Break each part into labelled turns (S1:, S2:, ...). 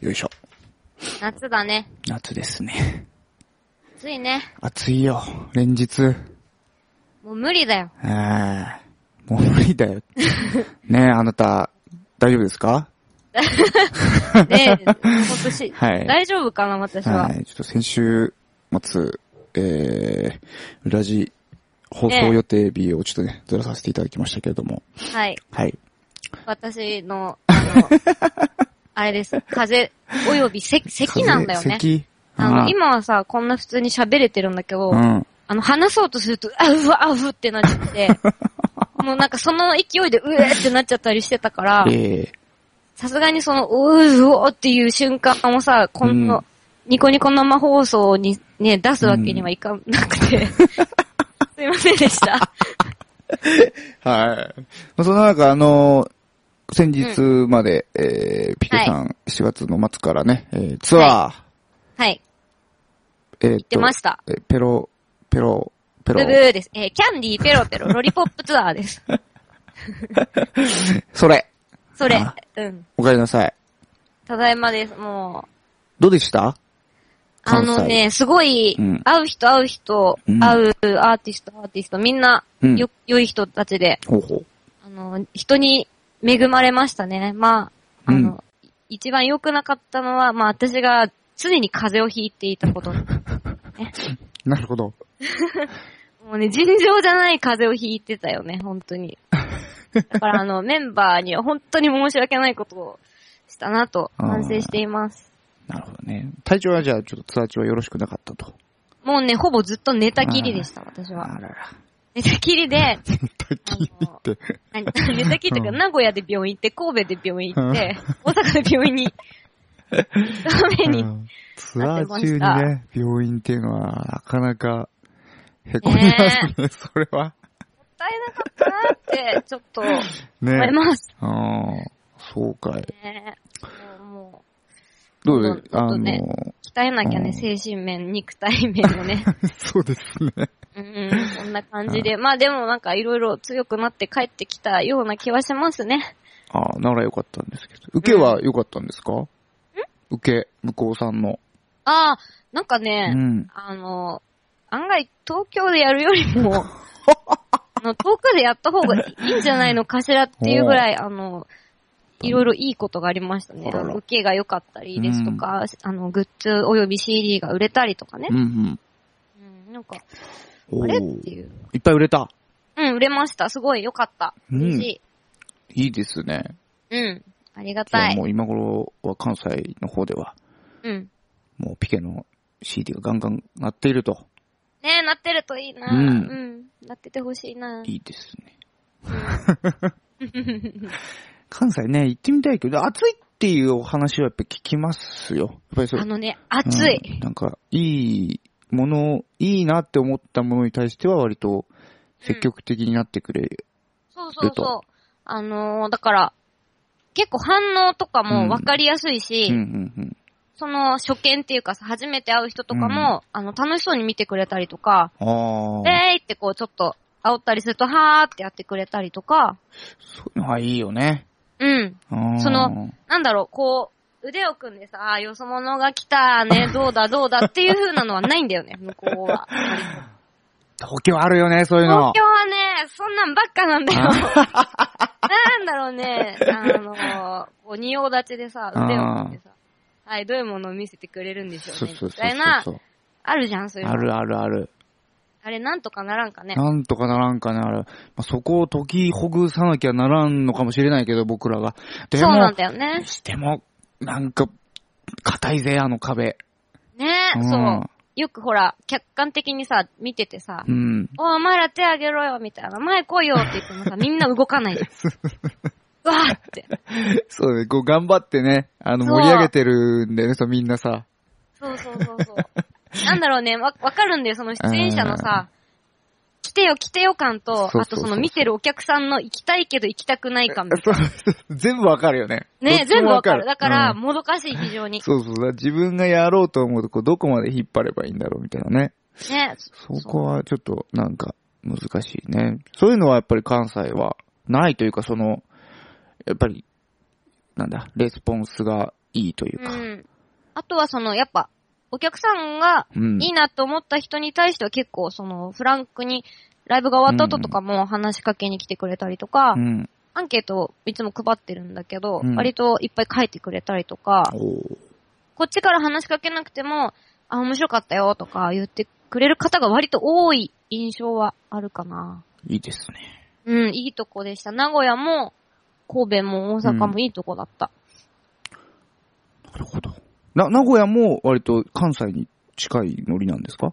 S1: よいしょ。
S2: 夏だね。
S1: 夏ですね。
S2: 暑いね。
S1: 暑いよ。連日。
S2: もう無 理だよ。
S1: えー、もう無理 だよ。ねえ、あなた、大丈夫ですか
S2: ねえ、今年、
S1: はい
S2: 大丈夫かな、私は。
S1: はい。ちょっと先週末、えー、裏地放送予定日をちょっとね、ずらさせていただきましたけれども。
S2: はい。
S1: はい。
S2: 私の、あ の、あれです。風邪、および咳、咳なんだよね。
S1: 咳
S2: あの、
S1: ー
S2: 今はさ、こんな普通に喋れてるんだけど、
S1: うん。
S2: あの、話そうとすると、あうわ、あうってなっちゃ って、もうなんかその勢いで、うえーってなっちゃったりしてたから、
S1: え
S2: さすがにその、うーうおーっていう瞬間もさ、こ
S1: うん
S2: の、ニコニコ生放送にね、出すわけにはいかなく て、すいませんでした。
S1: えはい。まあその中、あのー先日まで、えー、ピケさん、4月の末からね、えー、ツアー、
S2: はい、
S1: えーっ
S2: 出
S1: と、
S2: ました。
S1: えペロ、ペロ、ペ
S2: ブ
S1: ロ
S2: ブ、ーです。えーキャンディーペロペロ、ロリポップツアーです。
S1: それ、
S2: それ
S1: あ、
S2: うん。
S1: おかえりなさい。
S2: ただいまです、もう。
S1: どうでした
S2: あ
S1: 関西
S2: のね、すごい
S1: うん、
S2: 会う人会う人
S1: う、ん
S2: 会うアーティストアーティスト、みんな、
S1: うん
S2: よ、良い人たちで、
S1: ほうほう。
S2: あの、人に恵まれましたね。まあ、あの、
S1: うん
S2: 一番良くなかったのは、まあ私が常に風邪をひいてい たこと。も
S1: なるほど。
S2: うね、尋常じゃない風邪をひいてたよね、本 当に。だからあの、メンバーには本当に申し訳ないことをしたなと反省しています。
S1: なるほどね。体調はじゃあ、ちょっとツアー中はよろしくなかったと。
S2: もうね、ほぼずっと寝たきりでした、私は。
S1: らら。
S2: 寝た きりで、
S1: たきりって。
S2: 何 寝たきりとか、
S1: うん
S2: 名古屋で病院行って、神戸で病院行って、大阪で病院に、 ダメに
S1: う。んツアー中にね、病院っていうのは、なかなか、へこみますね、それは。
S2: 伝えなかったなって、ちょっと、思い
S1: ね。
S2: ます
S1: ああ、そうかい。
S2: ね。もうも
S1: どうで、
S2: ちょ
S1: あ
S2: っ
S1: の
S2: とね、う、鍛えなきゃ
S1: うん
S2: ね、精神面、肉体面 をね。
S1: そうですね。
S2: うん、そんな感じで。まあでもなんかいろいろ強くなって帰ってきたような気はしますね。
S1: ああ、ならよかったんですけど。受けは良かったんですか、受け、向こうさんの。
S2: ああ、なんか
S1: う
S2: ね、
S1: ん。
S2: あの、案外東京でやるより も、あの、遠くでやった方がいいんじゃないのかしらっていうぐらい、あの、いろいろいいことがありましたね。
S1: あらら
S2: 受けが良かったりですとか、あの、グッズ及び CD が売れたりとかね
S1: う。ん
S2: うん、なんか、
S1: うん。
S2: あれっ
S1: おー
S2: ていう。
S1: いっぱい売れた。
S2: うん、売れました。すごい良かった。
S1: うん
S2: 嬉し
S1: いいですね。
S2: い。うん。ありが
S1: じゃ
S2: た
S1: あ
S2: い
S1: も。う今頃は関西の方では、
S2: うん。
S1: もうピケの CD がガンガン鳴っていると。
S2: ねえ、なってるといいな。
S1: う
S2: うんん。なっててほしいな。
S1: いいですね。
S2: うん
S1: 関西ね、行ってみたいけど、暑いっていうお話はやっぱ聞きますよ。やっぱりそう
S2: あ。のね、暑い。
S1: うんなんか、いいもの、いいなって思ったものに対しては割と積極的になってくれる。
S2: そうそうそう。あのー、だから、結構反応とかも分かりやすいし、
S1: うんうんうん。
S2: その初見っていうかさ、初めて会う人とかも、あの、楽しそうに見てくれたりとか、
S1: ああ。
S2: えーいってこうちょっと煽ったりすると、はーってやってくれたりとか、
S1: そういうのはいいよね。
S2: うん。
S1: うん
S2: その、なんだろう、こう、腕を組んでさ、あーよそ者が来 たね、どうだどうだっていう風なのはないんだよね、向こうは。割と
S1: 東京あるよね、 そういうの
S2: 東。京はね、そんなんばっかなんだよ。なんだろうね、あの、こう、仁王立ちでさ、腕を組んでさ、はい、どういうものを見せてくれるんでしょ
S1: そうう
S2: ね、
S1: そう
S2: み
S1: そう
S2: たいな
S1: そ、う。
S2: あるじゃん、そういうの。
S1: あるあるある。
S2: あれ、なんとかならんかね。
S1: なんとかならんかな、あれ。まあ、そこを解きほぐさなきゃならんのかもしれないけど、僕らが。
S2: そ
S1: で
S2: うな
S1: も
S2: ん、だよね。
S1: しても、なんか、硬いぜ、あの壁。
S2: ね
S1: うん
S2: そう。よくほら、客観的にさ、見ててさ
S1: う、ん。
S2: おお前ら手あげろよ、みたいな、前来いよって言ってもさ、みんな動かないじゃん。 うわーって。
S1: そうね、こう頑張ってね、あの、
S2: そう
S1: 盛り上げてるんだよね、そう、みんなさ。
S2: そうそうそうそう。なんだろうね、わ、わかるんだよ、その出演者のさ、来てよ来てよ感と、
S1: そうそう
S2: あ
S1: そう
S2: とその見てるお客さんの行きたいけど行きたくない感みたい
S1: そう全部わかるよね。
S2: な。
S1: ど
S2: ね
S1: っち
S2: 全部
S1: も
S2: わかる。だから、
S1: うん
S2: もどかしい非常に。
S1: そうそうだ、自分がやろうと思うと、こう、どこまで引っ張ればいいんだろう、みたいなね。
S2: ね
S1: そこはちょっと、なんか、難しいね。そういうのはやっぱり関西は、ないというか、その、やっぱり、なんだ、レスポンスがいいという
S2: う
S1: か。
S2: ん。あとはその、やっぱ、お客さんが
S1: うん
S2: いいなと思った人に対しては結構その、フランクに、ライブが終わった後とかも話しかけに来てくれたりとか、
S1: うん。
S2: アンケートをいつも配ってるんだけど、
S1: うん
S2: 割といっぱい書いてくれたりとか、
S1: おー
S2: こっちから話しかけなくても、あ、面白かったよとか言ってくれる方が割と多い印象はあるかな。
S1: いいですね。
S2: うん、いいとこでした。名古屋も、神戸も大阪もいいとこだった。
S1: なるほど。な、名古屋も割と関西に近いノリなんですか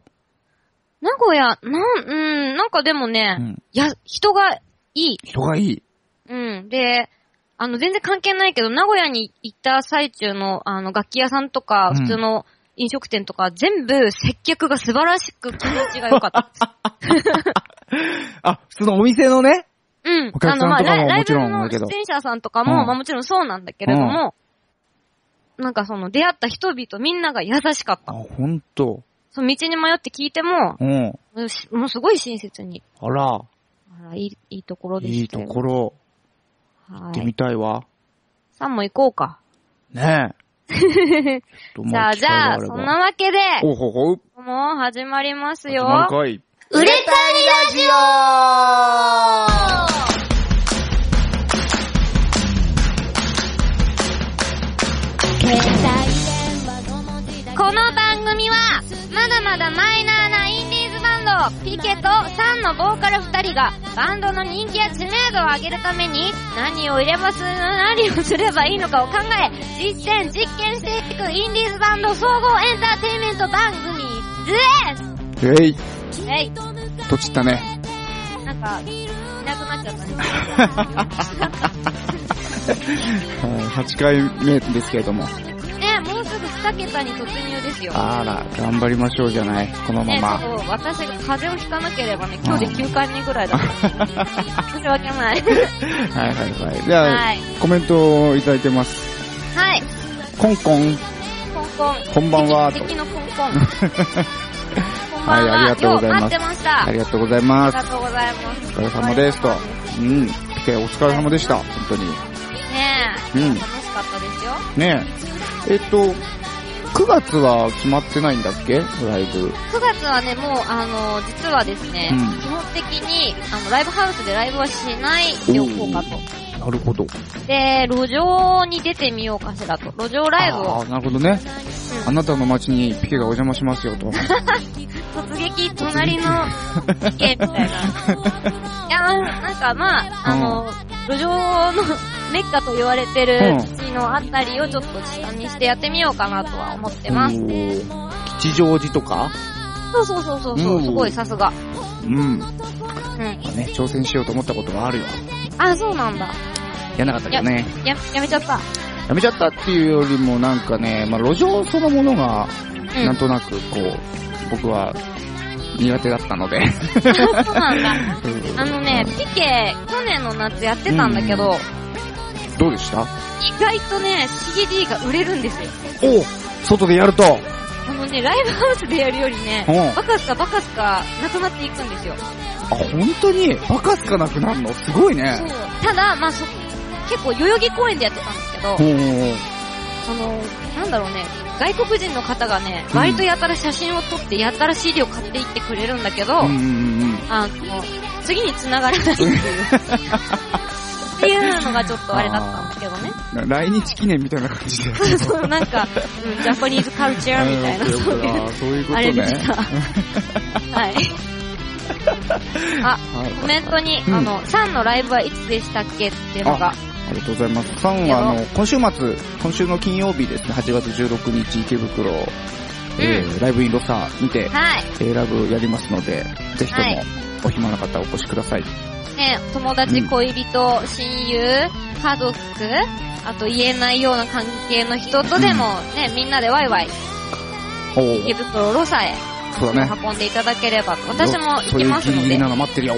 S2: 名古屋、なん、うん、なんかでもね、
S1: うん
S2: いや、人がいい。
S1: 人がいい。
S2: うん。で、あの、全然関係ないけど、名古屋に行った最中の、あの、楽器屋さんとか
S1: う、ん
S2: 普通の飲食店とか、全部接客が素晴らしく気持ちが良かった。
S1: あ、そのお店のね。
S2: うん。
S1: お客さんとかも
S2: あのまあライ
S1: もちろん
S2: ライ
S1: だけ
S2: ブ
S1: ど
S2: の出演者さんとかも、
S1: うん
S2: まあもちろんそうなんだけれども、なんかその、出会った人々みんなが優しかっ
S1: あ、
S2: た。
S1: ほんと。
S2: その道に迷って聞いても、
S1: うん。
S2: うんしもうすごい親切に。
S1: あら、
S2: あら、いい、いいところで
S1: い
S2: し
S1: い
S2: た
S1: と
S2: よ。
S1: ころ、行
S2: は
S1: ってみ
S2: い。
S1: たいわ。
S2: さんも行こうか。
S1: ね え。
S2: じゃあ、じゃあ、そんなわけで、
S1: おほほう。
S2: もう始まります
S1: 始ま
S2: よ
S1: る。かい
S2: 売れたいラジオこの番組は、まだまだマイナーなインディーズバンド、ピケとサンのボーカル2人が、バンドの人気や知名度を上げるために、何を入れます、何をすればいいのかを考え、実践、実験していくインディーズバンド総合エンターテインメント番組です
S1: えい、
S2: えい
S1: とちったね。
S2: なんか、いなくなっちゃったね。
S1: はい、8回目ですけれども。
S2: ねもうすぐ2桁に突入ですよ。
S1: あら、頑張りましょうじゃない。このま
S2: ねちょっ
S1: ま。
S2: と私が風邪をひかなければね、今日で9回目ぐらい だった。申し訳
S1: はいは
S2: ない。
S1: い はい。じゃあ、
S2: はい。
S1: コメントをいただいてます。
S2: はい。
S1: コンコン、
S2: コンコン。
S1: こんばんは、と
S2: 敵。のコン コン。こんばんは。
S1: はいありがとうございます
S2: よ待ってました。
S1: あ
S2: あ
S1: りがとうございま
S2: り
S1: す
S2: が。とうございます。
S1: お疲れ様です、と。うん。来てお疲れ様でした、本当に。
S2: ねえ。
S1: うん
S2: 楽しかったですよ。
S1: ねえ。えっと、9月は決まってないんだっけライブ。
S2: 9月はね、もう、あの、実はですね、
S1: うん
S2: 基本的に、あの、ライブハウスでライブはしないでおこうかと。
S1: なるほど。
S2: で、路上に出てみようかしらと。路上ライブ
S1: あ
S2: を
S1: あ、なるほどね。
S2: うん
S1: あなたの街にピケがお邪魔しますよと。
S2: 突撃、隣の意見みたいな。いや、なんかまあ、あの、路上のメッカと言われてる
S1: うん
S2: 地のあたりをちょっと下にしてやってみようかなとは思ってます。
S1: おー吉祥寺とか
S2: そうそうそうそうそうう、
S1: ん
S2: すごいさすが。
S1: うん。ね、
S2: うん。
S1: 挑戦しようと思ったことはあるよ。
S2: あ、そうなんだ。
S1: やんなかったけどね。
S2: や、やめちゃった。
S1: やめちゃったっていうよりもなんかね、まあ路上そのものが、
S2: うん。
S1: なんとなくこう、僕は苦手だったので。
S2: あ そうなんだ。
S1: うん
S2: あのね、ピケ、去年の夏やってたんだけど、
S1: どうでした
S2: 意外とね、CD が売れるんですよ。
S1: お外でやると
S2: あのね、ライブハウスでやるよりね、
S1: うん。あ、
S2: バカすかバカすかなくなっていくんですよ。
S1: 本当にバカつかなくなるのすごい
S2: そう
S1: ね。。
S2: ただ、まあそ、結構代々木公園でやってたんですけど
S1: お、ー
S2: その、なんだろうね、外国人の方がね、
S1: うん
S2: 割とやたら写真を撮って、やたら CD を買っていってくれるんだけど、
S1: うんうんうん。
S2: あの、次に繋がらないっ ていう。っていうのがちょっとあれだったんだけどね。
S1: な来日記念みたいな感 じで。
S2: そう、なんか、うん、ジャパニーズカルチャーみたいな、
S1: あー
S2: そうい う、
S1: あーそういうこと
S2: あれで
S1: ね。
S2: した。はい。あ、コメントに、
S1: うん
S2: あの、サンのライブはいつでしたっけっていうのが、
S1: ありがとうございます。ファンは、あの、今週末、今週の金曜日ですね、8月16日、池袋、えーライブインロサーにて、
S2: はい。
S1: えーライブやりますので、ぜひとも
S2: はい、
S1: お暇な方お越しください。
S2: ね、友達、
S1: うん
S2: 恋人、親友、家族、あと言えないような関係の人とでも、ね、みんなでワイワイ、
S1: お
S2: 池
S1: ー
S2: 袋ロサへ
S1: そうだね。
S2: 運んでいただければ、私も行きます
S1: そういうギリギ
S2: の
S1: リ
S2: で、
S1: なの待ってるよ。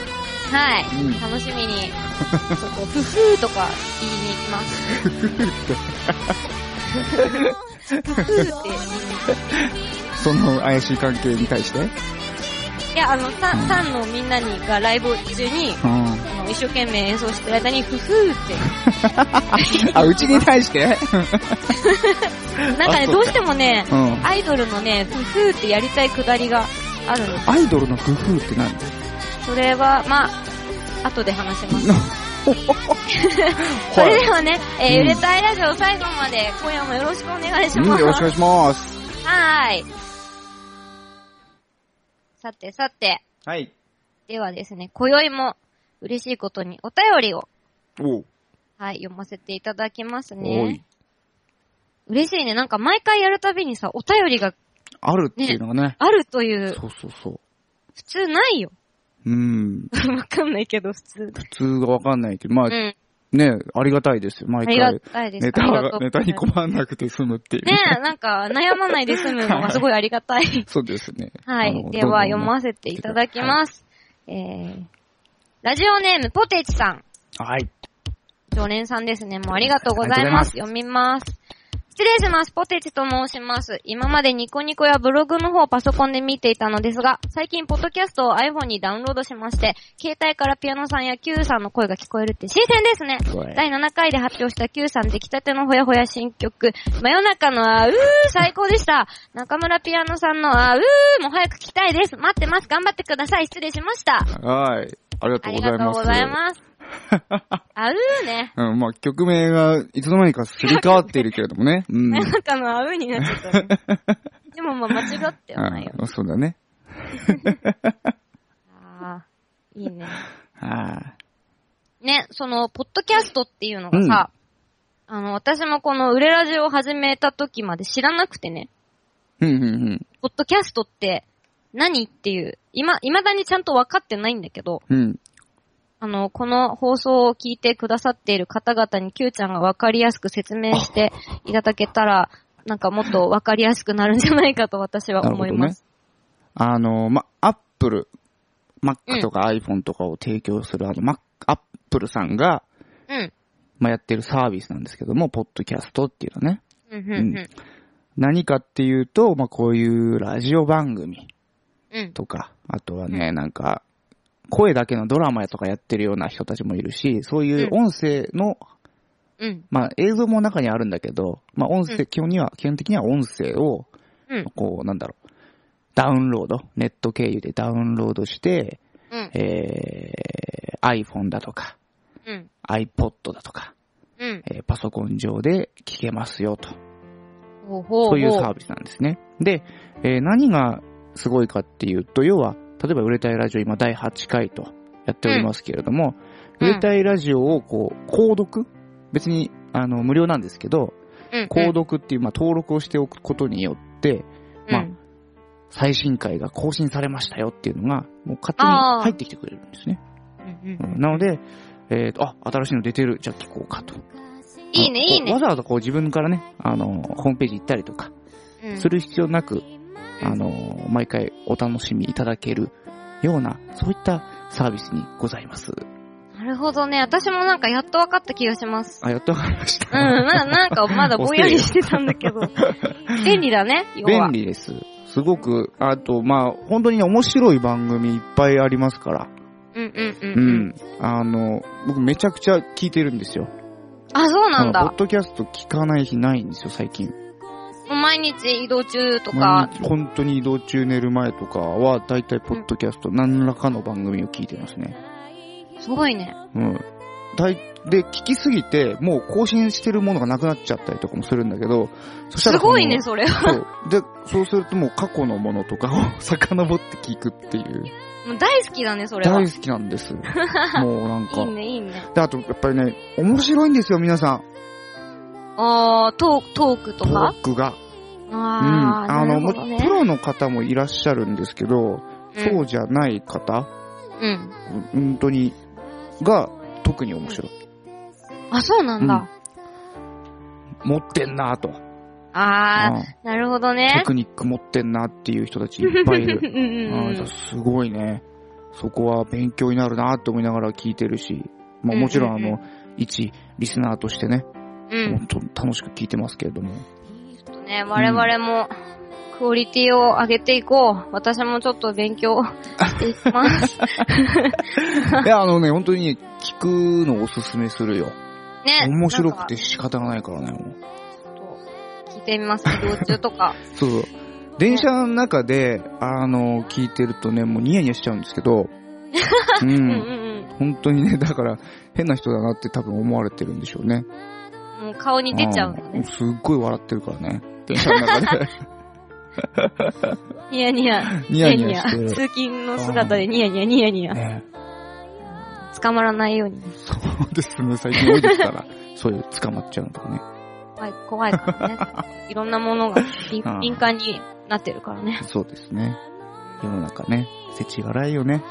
S2: はい、
S1: うん
S2: 楽 しみに、そこ、ふふーとか言いに行きます。ふふーって。
S1: その怪しい関係に対して。
S2: いや、あの、ササンのみんなにがライブ中に、
S1: うん。
S2: あの一生懸命演奏してる間に、ふふー っ
S1: あ、うちに対して
S2: て。なんかね、
S1: あそうか
S2: ど うしてもね、
S1: うん。
S2: アイドルのね、ふふーってやりたいくだりがあるの。
S1: アイドルの工夫って何
S2: それは、まあ、後で話します。そ
S1: は
S2: れ
S1: い。
S2: ではね、えー
S1: うん
S2: ゆれたいラジオ最後まで今夜もよろしくお願いし
S1: うん、
S2: ま
S1: よ
S2: す。
S1: ろしくお願いします。
S2: はーい。さてさて、
S1: はい。
S2: ではですね、今宵も嬉しいことにお便りを、
S1: おう。
S2: はい、読ませていただきます
S1: おい
S2: ね。。嬉しいね。なんか毎回やるたびにさ、お便りが
S1: あるっていうのがね。
S2: あるという、
S1: そうそうそう。
S2: 普通ないよ。
S1: うん。
S2: わかんないけど、普通。
S1: 普通がわかんないけど、ま
S2: う
S1: あ、
S2: ん。
S1: ね、ありがたいですよ、
S2: あ
S1: 毎
S2: りが
S1: 回。
S2: たいです。
S1: ネタ
S2: ありがと
S1: が、
S2: う
S1: ネタに困らなくて済むっていう。
S2: ねえ、なんか悩まないで済むのがすごいありがたい。
S1: そうですね。
S2: は
S1: あの
S2: い。では、
S1: ど
S2: 読
S1: んどんね
S2: ませていただきます。えー、ラジオネーム、ポテチさん。
S1: はい。
S2: 常連さんですね。もうありがとうございます。
S1: あり
S2: 読みます。失礼します。ポテチと申します。今までニコニコやブログの方をパソコンで見ていたのですが、最近ポッドキャストを iPhone にダウンロードしまして、携帯からピアノさんや Q さんの声が聞こえるって新鮮ですね。
S1: すごい
S2: 第7回で発表した Q さん出来たてのほやほや新曲、真夜中のあうー最高でした。中村ピアノさんのあうーも早く聞きたいです。待ってます。頑張ってください。失礼しました。
S1: はい。ありがとうご
S2: あり
S1: ざ
S2: が
S1: い
S2: とう
S1: ま
S2: ご
S1: す。
S2: ざいます。あうーね。
S1: うん、まあ、曲名がいつの間にかすり替わっているけれども ね。うん。
S2: 真夜中のあうになっちゃったね。でもまあ間違ってはないよ。
S1: あそうだね。
S2: あーいいね。
S1: はい。
S2: ね、その、ポッドキャストっていうのがさ、あの、私もこの、売れラジオを始めた時まで知らなくてね、
S1: うん、うん、
S2: ポッドキャストって何っていう、今、未だにちゃんと分かってないんだけど、
S1: うん。うん。
S2: あの、この放送を聞いてくださっている方々に Q ちゃんが分かりやすく説明していただけたら、なんかもっと分かりやすくなるんじゃないかと私は思います。
S1: あの、ま、アップル、Mac とか iPhone とかを提供する、あの、Mac、アップルさんが、まあ、やってるサービスなんですけども、ポッドキャストっていうのはね。
S2: うん。うん、うん、うん。
S1: 何かっていうと、まあ、こういうラジオ番組
S2: うん。
S1: とか、あとはね、なんか、声だけのドラマやとかやってるような人たちもいるし、そういう音声の、
S2: うん。
S1: まあ、映像も中にあるんだけど、まあ、音声、
S2: うん
S1: 基本には、基本的には音声を、
S2: うん。
S1: こう、なんだろう、ダウンロード、ネット経由でダウンロードして、
S2: うん。
S1: えー、iPhone だとか、
S2: うん。
S1: iPod だとか、
S2: うん。
S1: えーパソコン上で聞けますよと。
S2: ほうほうほう。
S1: そういうサービスなんですね。で、えー何がすごいかっていうと、要は、例えば売れたいラジオ今第8回とやっておりますけれども、
S2: うん
S1: 売れたいラジオをこう、購読別に、あの、無料なんですけど、
S2: うん
S1: 購読っていう、まあ、登録をしておくことによって、まあ
S2: うん
S1: 最新回が更新されましたよっていうのが、もう勝手に入ってきてくれるんですね。
S2: うん
S1: うんなので、えーとあ、新しいの出てる、じゃあ聞こうかと。
S2: いいね、
S1: あの
S2: いいね
S1: わ。ざわざこう自分からね、あの、ホームページ行ったりとか、
S2: うん
S1: する必要なく、あの、毎回お楽しみいただけるような、そういったサービスにございます。
S2: なるほどね。私もなんかやっと分かった気がします。
S1: あ、やっとわかりまし
S2: うん、
S1: た。
S2: ななんかまだぼんやりしてたんだけど。便利だね、要は。
S1: 便利です。すごく、あと、まあ、本当にね面白い番組いっぱいありますから。
S2: うんうんう。
S1: うん
S2: うん
S1: ん。あの、僕めちゃくちゃ聞いてるんですよ。
S2: あ、そうなん
S1: あの
S2: だ
S1: ポッ。ドキャスト聞かない日ないんですよ、最近。
S2: もう毎日移動中と
S1: 毎
S2: か。
S1: 日本当に移動中寝る前とかは、だいたいポッドキャスト何らかの番組を聞いてますね。
S2: すごいね。
S1: うん。だい、で、聞きすぎて、もう更新してるものがなくなっちゃったりとかもするんだけど、そした
S2: す
S1: ら
S2: ごいね、
S1: そ
S2: それは。
S1: のそう。で、そうするともう過去のものとかを 遡って聞くっていう。
S2: もう大好きだね、それは。
S1: 大
S2: い
S1: 好きなん です。もうなんか
S2: い。ね、いいね。
S1: で、あと、やっぱりね、面白いんですよ、皆さん。
S2: あー、トーク、トークと
S1: ト
S2: か
S1: ークが。うん。
S2: あー、な
S1: の、
S2: るほ
S1: も
S2: ど
S1: うプ
S2: ね。
S1: ロの方もいらっしゃるんですけど、
S2: う
S1: そ
S2: ん。
S1: うじゃない方、
S2: うん。
S1: 本当に、が、特に面白い。
S2: あ、そうなんだ。
S1: 持ってんなぁと。
S2: あ
S1: うん
S2: ー、なるほどね
S1: テ。クニック持ってんなっていう人たちいっぱいいる。
S2: うんうん
S1: あ
S2: う
S1: あ
S2: ん
S1: じゃあすごいね。そこは勉強になるなって思いながら聞いてるし、まあもちろんあ
S2: うんうんう
S1: の、一リスナーとしてね、
S2: うん。
S1: 本当楽しく聞いてますけれども。
S2: ちょっとね、我々もクオリティを上げていこう。私もちょっと勉 強していきます。
S1: いや、あのね、本当に聞くのおすすめするよ。
S2: ね。
S1: 面白く
S2: なんか
S1: て仕方がないからね。もう
S2: ちょっと聞いてみます。移動中とか。
S1: そうそう。電車の中で、あの、聞いてるとね、もうニヤニヤしちゃうんですけ ど、う
S2: うんうん
S1: ん。
S2: うん。
S1: 本当にね、だから、変な人だなって多分思われてるんでしょうね。
S2: もう顔に出ちゃうの
S1: ん
S2: ね。
S1: すっごい笑ってるからね。電車の中 で。
S2: ニヤニヤ。
S1: ニヤニヤしてる。
S2: 通勤の姿でニヤニヤニヤニヤ。
S1: ね、
S2: 捕まらないように。
S1: そうですね、最近多いです から。そういう捕まっちゃうのとかね。
S2: 怖い、怖いか らね。いろんなものが敏
S1: うん
S2: 敏感になってるからね。
S1: そうですね。世の中ね、世知辛いよね。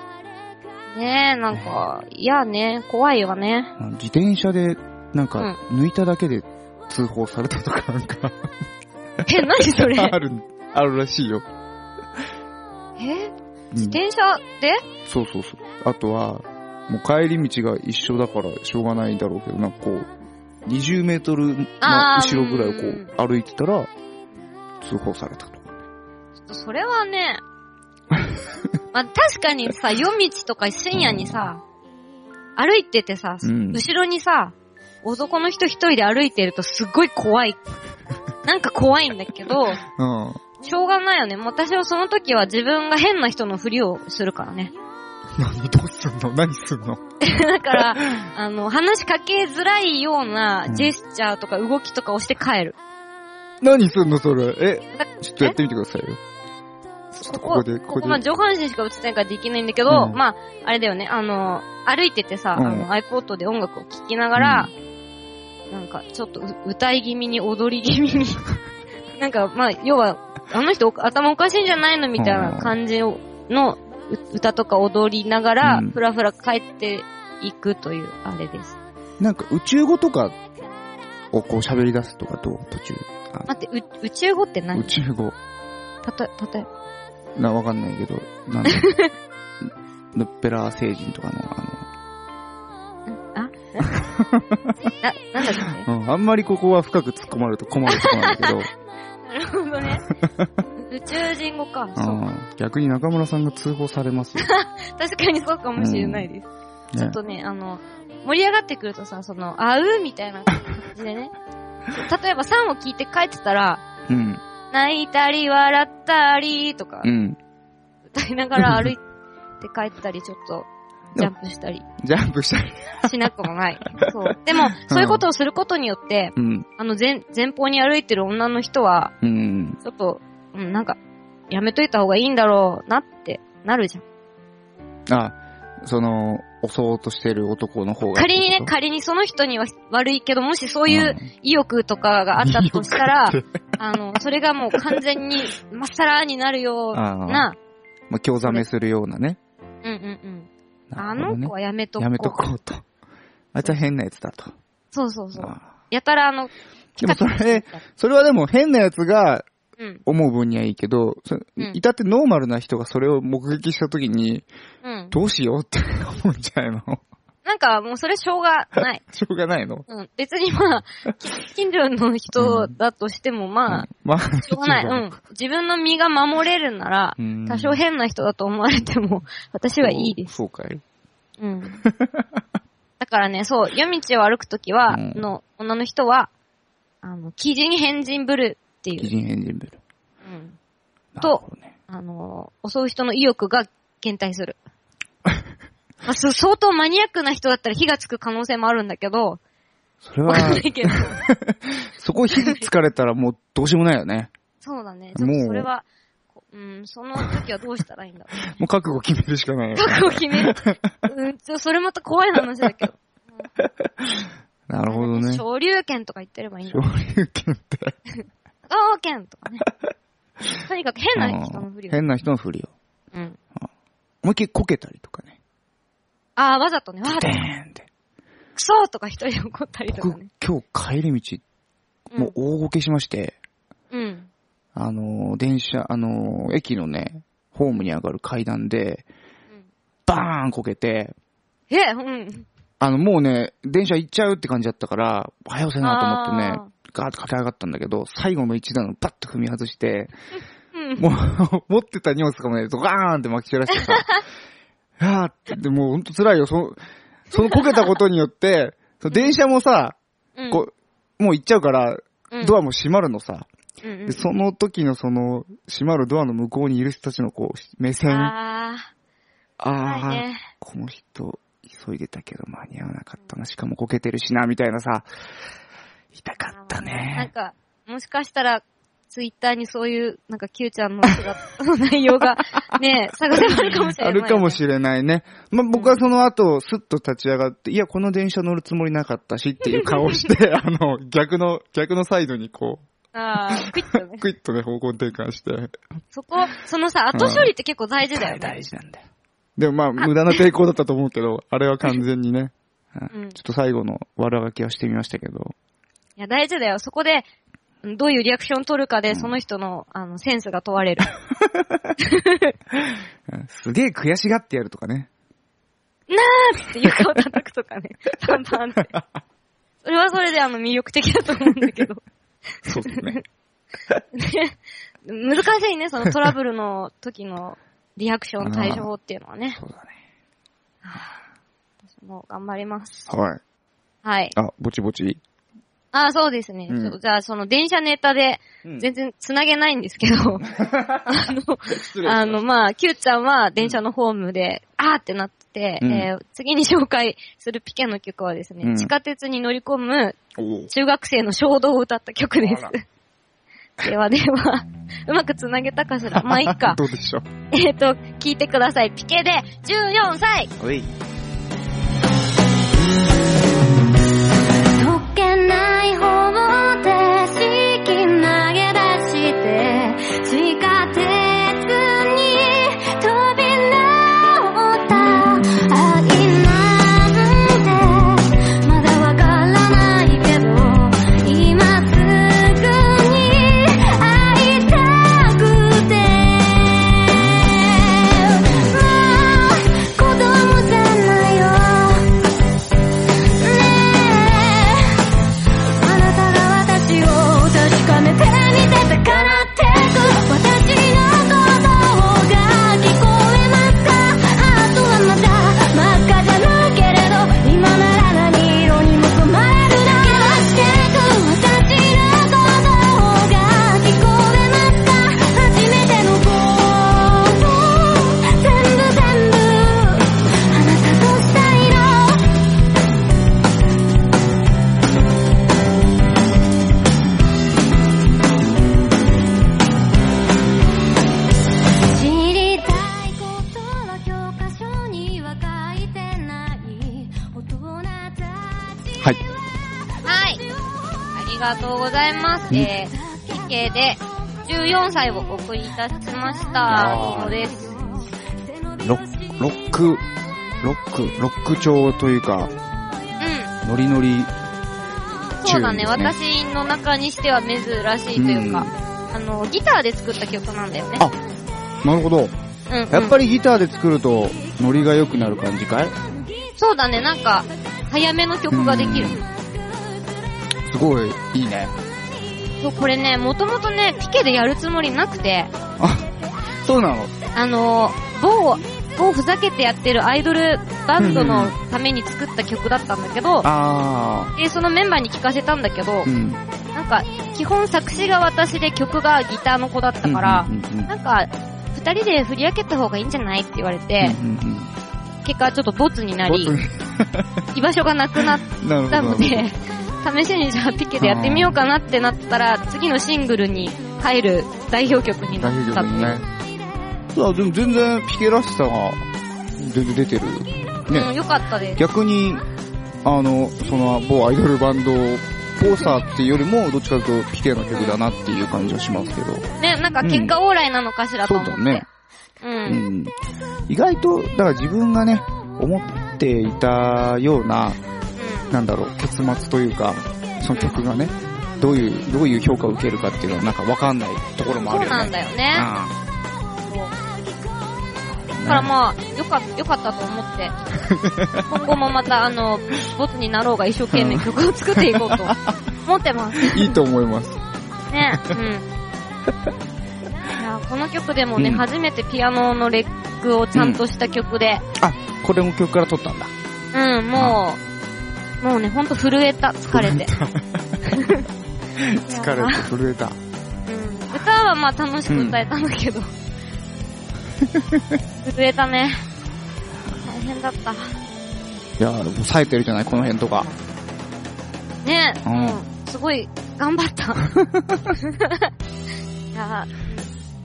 S2: ねえ、なんか、いやね、怖いよね。
S1: あの自転車で、なんか、抜いただけで通報されたとか、なんか、
S2: え、何それ
S1: ある、あるらしいよ。
S2: え
S1: うん
S2: 自転車で
S1: そうそうそう。あとは、もう帰り道が一緒だからしょうがないんだろうけど、なんかこう、20メートルの
S2: あー
S1: 後ろぐらいをこ
S2: うん
S1: う歩いてたら、通報されたと。
S2: ちょっとそれ はね、まあ、確かにさ、夜道とか深夜にさ、歩いててさ、
S1: うん
S2: 後ろにさ、男の人一人で歩いてるとすっごい怖 い。なんか怖いんだけど、
S1: うん。
S2: しょうがないよね。もう私はその時は自分が変な人のふりをするからね。
S1: 何どうすんの何すんの
S2: だから、あの、話しかけづらいようなジェスチャーとか動きとかをして帰る。
S1: 何すんのそれ。え、ちょっとやってみてくださいよ。ちょっと
S2: こ
S1: こ
S2: こ、
S1: こで、
S2: こ
S1: こ
S2: こ
S1: こ
S2: まあ
S1: で。
S2: 上半身しか映ってないからできないんだけど、
S1: うん
S2: まあ、あれだよね、あの、歩いててさ、
S1: うん
S2: あの、iPod で音楽を聴きながら、なんか、ちょっとう歌い気味に踊り気 味に、なんか、まあ、要は、あの人お頭おかしいんじゃないのみたいな感じをのう歌とか踊りながら、
S1: うん
S2: ふらふら帰っていくという、あれです。
S1: なんか宇宙語とかをこう喋り出すとかどう途中。あ
S2: 待って、う宇宙語って何
S1: 宇宙語。
S2: たと、たとえば。
S1: な、わかんないけど、なんだ ヌッペラー星人とかの、あ
S2: あな、なんだっけ
S1: の、うん、あんまりここは深く突っ込まれると困るとこ なんだけど、
S2: なるほど ね。宇宙人語か。そう。
S1: うん、逆に中村さんが通報されます よ。
S2: 確かにそうかもしれないです。ちょ
S1: ね
S2: っ、とね、あの、盛り上がってくるとさ、その、あうみたいな感じ でね。例えば3を聞いて帰ってたら、
S1: うん、
S2: 泣いたり笑ったりとか
S1: う、ん。
S2: 歌いながら歩いて帰ったり、ちょっと、ジャンプしたり
S1: ジャンプしたり。
S2: しなく もない。そう。でも、そういうことをすることによって、
S1: うん、
S2: あの、前、前方に歩いてる女の人は、
S1: うん。
S2: ちょっと、うん、なんか、やめといた方がいいんだろうなって、なるじゃん。
S1: あ、その、襲おうとしてる男の方が。
S2: 仮にね、
S1: こ
S2: 仮にその人には悪いけど、もしそうういうん意欲とかがあったとした ら
S1: 意欲、
S2: あの、それがもう完全にまっさらになるよう
S1: あー
S2: な、
S1: まあ、興ざめするようなね。
S2: うんうんうん。
S1: な
S2: あ
S1: るほ
S2: の
S1: どね
S2: 子はやめとこう。
S1: やめとこうと。あいつは変なやつだと。
S2: そうそうそう。
S1: あ
S2: やたらあの、
S1: でもそ
S2: ピカピカして
S1: れ
S2: るから、
S1: それはでも変なやつが
S2: うん、
S1: 思う分にはいいけど、そ
S2: うん
S1: いたってノーマルな人がそれを目撃した時に、
S2: うん。
S1: どうしようって 思うんじゃないの
S2: なんかもうそれしょうがない。
S1: しょうがないの
S2: うん。別にまあ、き近所の人だとしてもまあ、
S1: まあ、
S2: しょうがない。うん。自分の身が守れるなら、
S1: うん
S2: 多少変な人だと思われても、私はいいです。
S1: そうかい。
S2: うん。だからね、そう、夜道を歩くときは、
S1: うん
S2: の、女の人は、あの、基人変人ぶるってい
S1: 擬
S2: う、
S1: 人変人ブル。
S2: うん、
S1: なるほどね。
S2: あの、襲う人の意欲が減 退する。まあ、そう相当マニアックな人だったら火がつく可能性もあるんだけど、
S1: それ
S2: わ
S1: は、
S2: かんないけ ど。
S1: そこ火つかれたらもうどうしようもないよね。
S2: そうだね。ちょっ
S1: も
S2: と
S1: う
S2: それは、こうん、その時はどうしたらいいんだろう。
S1: もう覚悟決めるしかないよね。
S2: 覚 悟決める。うん、ちょ、それまた怖い話だけど。
S1: なるほどね。
S2: 昇竜拳とか言ってればいいんだ
S1: 昇。竜拳って。
S2: 高尾拳と かね。とにかく変な人のふりを
S1: 変な人のふりを。
S2: うん。
S1: 思いっきりこけたりとかね。
S2: ああ、わざとね、わざと
S1: で。ーンって。
S2: クソとか一人で怒ったりとか
S1: 僕
S2: ね。、
S1: 今日帰り道、もう大ごけしまして、
S2: うん。うん。
S1: あのー、電車、あのー、駅のね、ホームに上がる階段で、バーンこけて、
S2: え、うん。
S1: あの、もうね、電車行っちゃうって感じだったから、早押せなと思ってね、ガーッと駆け上がったんだけど、最後の一段をバッと踏み外して、
S2: ううん。
S1: もう、 持ってた荷物とかもね、ドカーンって巻き散らして さ、あーって、でもうほんと辛いよ。その、そのこけたことによって、その電車もさ、
S2: うん
S1: こう、もう行っちゃうから、
S2: うん
S1: ドアも閉まるのさ。
S2: うんうん
S1: で、その時のその、閉まるドアの向こうにいる人たちのこう、目線、あ
S2: あ
S1: あー、
S2: はいね
S1: この人、急いでたけど間に合わなかったな。しかもこけてるしな、みたいなさ、痛かった
S2: ー、なん
S1: ね。
S2: か、もしかしたら、ツイッターにそういう、なんか、キューちゃんの姿の内容が、 ねえ、探せばあるかもしれな
S1: あ
S2: い、ね。
S1: るかもしれないね。まあ、僕はその後、スッと立ち上がって、いや、この電車乗るつもりなかったしっていう顔をして、 あの、逆の、逆のサイドにこ
S2: ああ、クイッと
S1: う、
S2: ね。
S1: クイッとね、方向転換して。
S2: そこ、そのさ、後処理って結構大事だよね。
S1: 大事なんだよ。でもまあ、無駄な抵抗だったと思うけど、あれは完全にね、
S2: うん。い
S1: ちょっと最後の悪あがきはしてみましたけど。
S2: や、大事だよ。そこで、うんどういうリアクション取るかで、その人の、あの、センスが問われる。
S1: うんすげえ悔しがってやるとか ね。
S2: なーって床を叩くとかね。パンパンって。それはそれで、あの、魅力的だと思うんだけど。
S1: そうですね。
S2: 難しいね、そのトラブルの時のリアクション対処法っていうのはね。
S1: そうだ ね。
S2: 私もう頑張ります。
S1: はい。
S2: はい。
S1: あ、ぼちぼち。
S2: ああ、そうですね。
S1: うん
S2: ちょっとじゃあ、その電車ネタで、全然繋げないんですけど、あの、
S1: 失
S2: あの、まあ、キューちゃんは電車のホームで、あーってなってて、
S1: うん
S2: えー次に紹介するピケの曲はですね、
S1: うん
S2: 地下鉄に乗り込む
S1: おう
S2: 中学生の衝動を歌った曲で
S1: あ
S2: す。 では
S1: 。
S2: では、うまく繋げたかしら。まあ、いっか
S1: どうでしょ
S2: えっと、聞いてください。ピケで14歳
S1: う。おい。
S2: 溶けない方で敷き投げ出して地下鉄に飛び乗った愛なんてまだわからないけど今すぐに会いたくてまあ子供じゃないよねえあなたが私を確かめてみてたからってく私の鼓動が聞こえますかあとはまだ真っ赤じゃないけれど今なら何色にも染まれるなしてく私の鼓動が聞こえますか初めてのこと全部全部あなたとしたいの知りたいことは教科書には書いてない大人たち
S1: はい。
S2: はいありがとうございます
S1: うん
S2: えー、ケで14歳をお送りいたしました
S1: あー
S2: もです
S1: ロック、ロック、ロック、ロック調というか、
S2: うん
S1: ノリノリ。
S2: そうだね
S1: チューンです
S2: 私の中にしては珍しいというか、
S1: うん
S2: あのギターで作った曲なんだよね
S1: あなるほど。
S2: うんうん
S1: やっぱりギターで作ると、ノリが良くなる感じかい
S2: そうだねなんか早めの曲ができる、
S1: すごい、いいね。
S2: そうこれねもともとねピケでやるつもりなくて
S1: あ、そうなの
S2: あの、某、某ふざけてやってるアイドルバンドのために作った曲だったんだけど、
S1: あ
S2: で、そのメンバーに聞かせたんだけど
S1: ー。う、ん。
S2: なんか、基本作詞が私で曲がギターの子だったから
S1: う、んうんうん
S2: なんか、二人で振り分けた方がいいんじゃないって言われて、
S1: うんうんうん
S2: 結果ちょっとボツにな
S1: ボ
S2: り
S1: ツ、
S2: 居場所がなくなっ
S1: になるほど
S2: た
S1: なる
S2: の
S1: ほど。
S2: で、試しにじゃあピケでやってみようかなってなったら、次のシングルに入る代表曲にな
S1: 大丈
S2: った
S1: 夫
S2: っ
S1: で
S2: て
S1: すね。
S2: いう。
S1: いや、でも全然ピケらしさが全然出てる。
S2: うん、
S1: ね。
S2: よかったです。
S1: 逆に、あの、その某アイドルバンド、ポーサーっていうよりも、どっちかというとピケの曲だなっていう感じはしますけど。
S2: ね、なんか結果オーライなのかしらと
S1: そ
S2: 思
S1: う
S2: っ
S1: だ
S2: て。
S1: ね。
S2: う。
S1: うんん。意外と、だから自分がね、思っていたような、なんだろう、結末というか、その曲がね、どういう、どういう評価を受けるかっていうのはなんかわかんないところもあ
S2: そ
S1: る
S2: う
S1: よ
S2: な
S1: ね
S2: ん。だよね。
S1: あ
S2: そう
S1: あ
S2: だからまあ、よかった、よかったと 思って。今後もまた、あの、ボツになろうが一生懸命曲を作ってい こうと思ってます。
S1: いいと思います。
S2: ね。いやこの曲でもね、
S1: うん
S2: 初めてピアノのレックをちゃんとした曲で、
S1: あ、これも曲から撮ったんだ。
S2: うん、もう、もうね、ほんと震えた、疲れ て。
S1: 疲れて震えた。
S2: うん、歌はまあ楽しく歌えたんだけど。震えたね。大変だった。
S1: いや、もう冴えてるじゃない、この辺とか。
S2: ねえ、
S1: うん
S2: もうすごい、頑 張った。いやー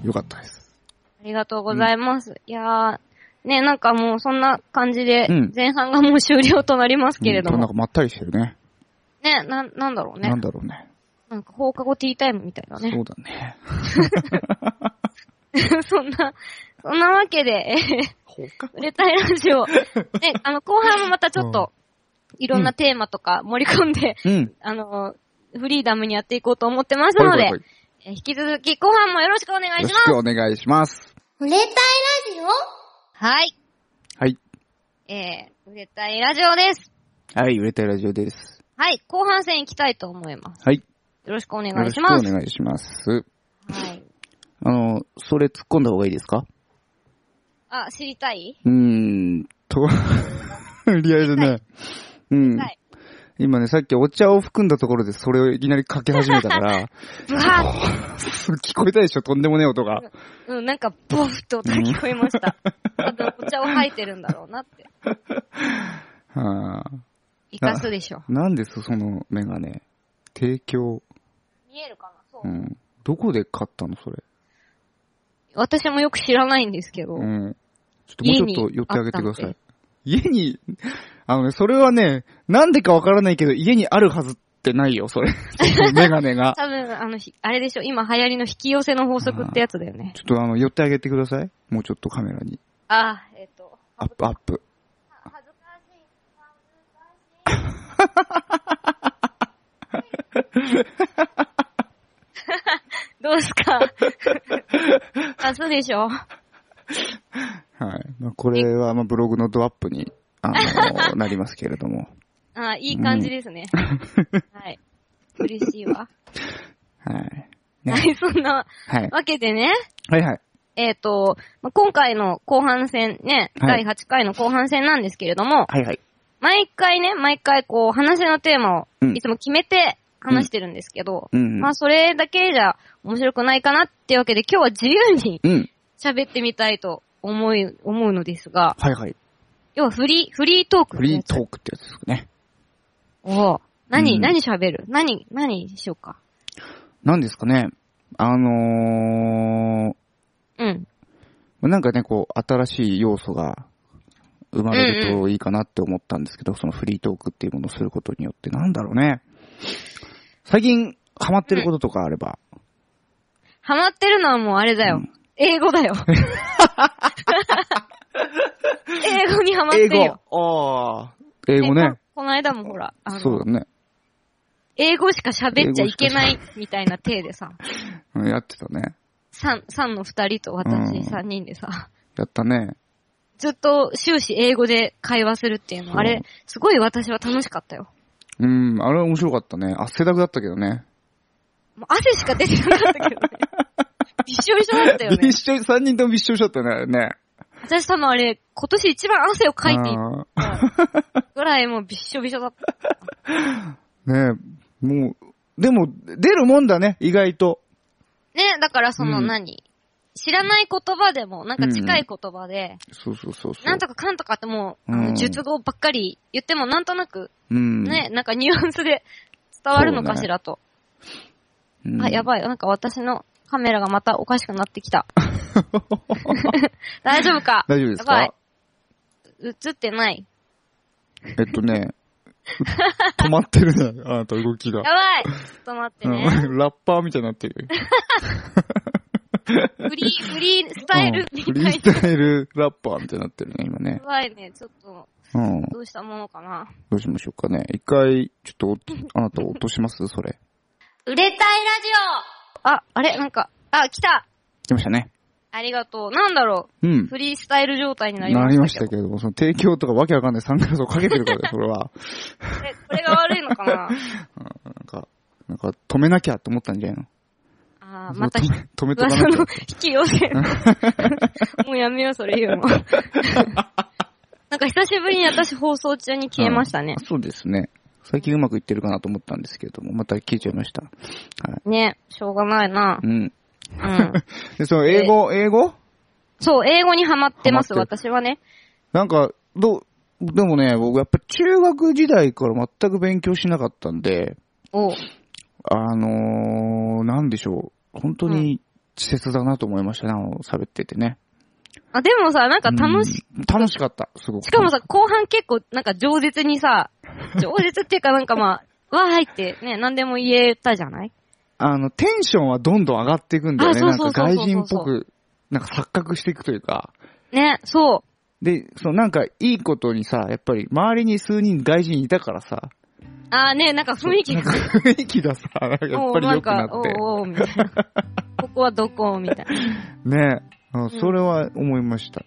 S1: よかったです。
S2: ありがとうございます。いやーね、なんかもうそんな感じで
S1: うん、
S2: 前半がもう終了となりますけれど
S1: うんな
S2: も
S1: ん。かまったりしてるね。
S2: ね、なん、なんだろうね
S1: な。んだろうね。
S2: なんか放課後ティータイムみたいな
S1: そ
S2: ね。
S1: うだね。
S2: そんな、そんなわけで、えへへ
S1: 放課
S2: 売れたいラ ジオ。ね、あの、後半もまたちょっと、いろんなテーマとか盛り込んで、
S1: うん。
S2: あの、フリーダムにやっていこうと思ってますの
S1: ほいほ
S2: で、
S1: いほい
S2: え引き続き後半もよろしくお願い
S1: よ
S2: し
S1: ろし
S2: ます。
S1: くお願いします。
S2: 売れたいラジオはい。
S1: はい。
S2: えー、売れたいラジオです。
S1: はい、売れたいラジオです。
S2: はい、後半戦行きたいと思います。
S1: はい。
S2: よろしくお願
S1: よろ
S2: い
S1: し
S2: し
S1: く
S2: ます。
S1: お願いします。
S2: はい。
S1: あの、それ突っ込んだ方がいいですか
S2: あ、知りたいう
S1: ーんと、 とりあえずね。うん。
S2: はい
S1: 今ね、さっきお茶を含んだところでそれをいきなりかけ始めたか ら、
S2: ブハー
S1: 聞こえたでしょとんでもねえ音が。
S2: うん、なんか、ボフと音が聞こえま した。多分、お茶を吐いてるんだろうなって。
S1: はあ、
S2: 生かすでしょ。
S1: なんですそのメガネ。提供。
S2: 見えるかなそうう。
S1: ん。どこで買ったのそれ。
S2: 私もよく知らないんですけど。
S1: うん。ちょっともうちょっと
S2: 家に
S1: 寄ってあげてくださ
S2: あっ
S1: い。家に、あのね、それはね、なんでかわからないけど、家にあるはずってないよ、 それ。そのメガネが。
S2: 多分、あの、ひあれでしょ、今流行りの引き寄せの法則ってやつだよね。
S1: ちょっとあの、寄ってあげてください。もうちょっとカメラに。
S2: ああ、えっ、と、
S1: アップ、アップ。
S2: 恥ずかしい。どうで すかあ、そうでしょ
S1: はい。まあ、これは、まあ、ブログのドアップに、あの、なりますけれども。
S2: あいい感じですね。はい。嬉しいわ。
S1: はい。ね
S2: はい、そんな
S1: はい。
S2: わけでね。
S1: はいはい。
S2: えっ、と、まあ、今回の後半戦ね、
S1: はい
S2: 第8回の後半戦なんですけれども、
S1: はいはい。
S2: 毎回ね、毎回こう話のテーマを
S1: うん
S2: いつも決めて話してるんですけど、
S1: うん。
S2: まあそれだけじゃ面白くないかなってわけで今日は自由に
S1: うん。
S2: 喋ってみたいと思い、思うのですが、
S1: はいはい。
S2: 要はフリー、フリートーク
S1: フ
S2: って
S1: リ
S2: や
S1: ー
S2: つ。
S1: トークってやつですね。
S2: おう何、
S1: うん
S2: 何喋る何、何しようか。
S1: なんですかね。あの
S2: うん。
S1: ー、なんかね、こう、新しい要素が生まれるといいかなって思ったんですけど、そのフリートークっていうものをすることによって、なんだろうね。最近、ハマってることとかあれば。
S2: ハマってるのはもうあれだよ。
S1: うん
S2: 英語だよ。英語にハマって
S1: 英
S2: る
S1: 語
S2: よ。
S1: ああ。英語ね
S2: こ。。この間もほら、あ
S1: そう
S2: の
S1: だ、ね。
S2: 英語しか喋っちゃいけないみたいな体でさ、
S1: うんやってたね。
S2: 三、三の二人と
S1: うん
S2: 私三人でさ、
S1: やったね。
S2: ずっと終始英語で会話するっていう
S1: そう
S2: の、あれ、すごい私は楽しかったよ。
S1: うん、あれは面白かったね。汗だくだったけどね。
S2: もう汗しか出てなかったけどね。 びっしょびしょだったよね
S1: びっ。しょり、3人ともびっしょりしちゃったね、ね。
S2: 私多分あれ、今年一番汗をかいてい
S1: あ
S2: たぐらいもうびっしょびしょだった。
S1: ーねもう、でも、出るもんだね、意外と。
S2: ね、だからその
S1: うん
S2: 何、知らない言葉でも、なんか近い言葉で、
S1: そうそうそうそう。
S2: なんとかかんとかってもう、あ
S1: う
S2: の、
S1: ん
S2: 術語ばっかり言ってもなんとなく、
S1: うん。
S2: ね、なんかニュアンスで伝わるのかしらと。
S1: うん。
S2: あ、やばい。なんか私のカメラがまたおかしくなってき た。大丈夫か
S1: 大丈夫です
S2: や
S1: か
S2: 映ってない。
S1: えっとね、止まってるね、 あなた動きが
S2: や。ばいちょっと待って
S1: うん
S2: ね。
S1: ラッパーみたいになってる。
S2: フリー、フリースタイル
S1: うん
S2: み
S1: フリ
S2: た
S1: ー
S2: い
S1: スタイルラッパーみたいになってるね、今
S2: な。
S1: ね
S2: や。ばいね。ちょっと、
S1: うん。
S2: どうしたものかな。
S1: どうしましょうかね。一回、ちょっと、あなた落としますそれ。
S2: 売れたいラジオあ、あれなんか、あ、来た
S1: 来ましたね。
S2: ありがとう。なんだろ
S1: う
S2: う。
S1: ん。
S2: フリースタイル状態になり
S1: な
S2: ま
S1: り
S2: し
S1: ま
S2: た
S1: し
S2: け
S1: た
S2: ど。
S1: けど、その提供とかわけわかんないサングラスをかけてるからだよ、それは。
S2: これ、これが悪いのかな
S1: なんか、なんか止めなきゃと思ったんじゃないの
S2: ああーまた
S1: そ、の止め止めとか
S2: 噂
S1: なきゃ
S2: の引き寄せ。もうやめよう、それ言うの。 なんか久しぶりに私放送中に消えましたね
S1: あ。そうですね。最近うまくいってるかなと思ったんですけれども、また消えちゃいました。
S2: ね、しょうがないな
S1: う。ん。
S2: うん。
S1: で、その英語、英語
S2: そう、英語にハマってます、
S1: ハマって
S2: 私はね。
S1: なんか、どう、でもね、僕やっぱ中学時代から全く勉強しなかったんで、
S2: おう
S1: あのー、なんでしょう。本当に稚拙だなと思いましたね、あの喋っててね。
S2: あ、でもさ、なんか楽し、
S1: うん楽しかった、すごく。
S2: しかもさ、後半結構、なんか饒舌に さ、饒舌っていうかなんかまあ、わーいってね、何でも言えたじゃない
S1: あの、テンションはどんどん上がっていくんだよね。
S2: あ
S1: なん
S2: そ
S1: か
S2: うそうそうそう
S1: 外人っぽく、なんか錯覚していくというか。
S2: ね、そ
S1: で、そのなんかいいことにさ、やっぱり周りに数人外人いたからさ、
S2: う。あーね、なんか雰囲気
S1: なん
S2: が
S1: か、雰囲気がさ、なんかやっ
S2: お
S1: ぱ
S2: う
S1: り
S2: な
S1: 良
S2: ん
S1: くな
S2: か、
S1: っ
S2: お
S1: て。
S2: うおうみたい な。ここはどこみたいな。
S1: ねあそれは思いました。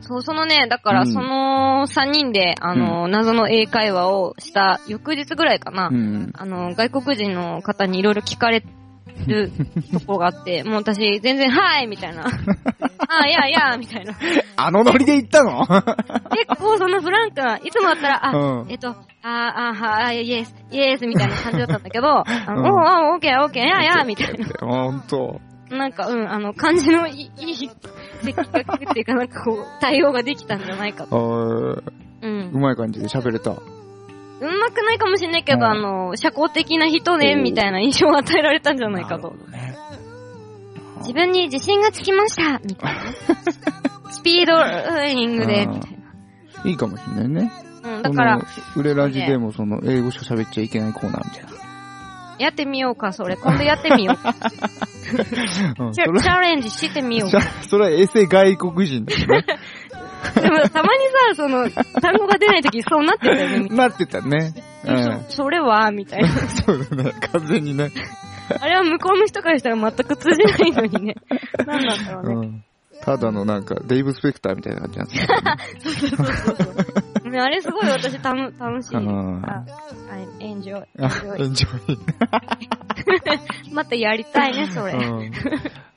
S2: そう、そのね、だから、
S1: うん
S2: その3人で、あの、謎の英会話をした翌日ぐらいかな。
S1: うん。
S2: あの、外国人の方にいろいろ聞かれ るとこがあって、もう私、全然、はいみたいな。あ、いやいやみたいな。結
S1: あのノリで行ったの
S2: 構そのフランクな、いつもだったら、あ、
S1: うん
S2: えっと、あ、あ、は、イエス、イエスみたいな感じだったんだけど、あの
S1: うん
S2: おうおう、オッケーオッケー、いやいやみたいな。
S1: あ、ほんと。
S2: なんか、うん、あの、感じのいい、いい、的確っていうか、なんかこう、対応ができたんじゃないかと。
S1: あー
S2: うん
S1: う。まい感じで喋れた。
S2: うまくないかもしれないけ
S1: うん
S2: ど、あの、社交的な人ね、みたいな印象を与えられたんじゃないかと
S1: る。ほどね。
S2: 自分に自信がつきましたみたいな。スピードラーニングで、みたい
S1: いいかもしんないね。
S2: な。うん、だから、
S1: この、売れラジでもその、英語しか喋っちゃいけないコーナーみたい
S2: やってみようか、それ。今度やってみようか。
S1: な。うん、
S2: チ
S1: それ
S2: ャチャレンジしてみよう
S1: は、それは衛星外国人だよ ね。
S2: か。でも、たまにさ、その、単語が出ないとき、そうなってたよね。
S1: なってたね。うん。
S2: そそれは、みた いな。
S1: そうだね。完全にね。
S2: あれは向こうの人からしたら全く通じないのにね。なんなんだろうね。
S1: うん。ただのなんか、デイブ・スペクターみたいな感じなんですよ。
S2: ねあれすごい私たの楽し
S1: う
S2: い。あ
S1: ん、
S2: I enjoy.
S1: あ、エンジョイ。
S2: またやりたいね、それ。
S1: うん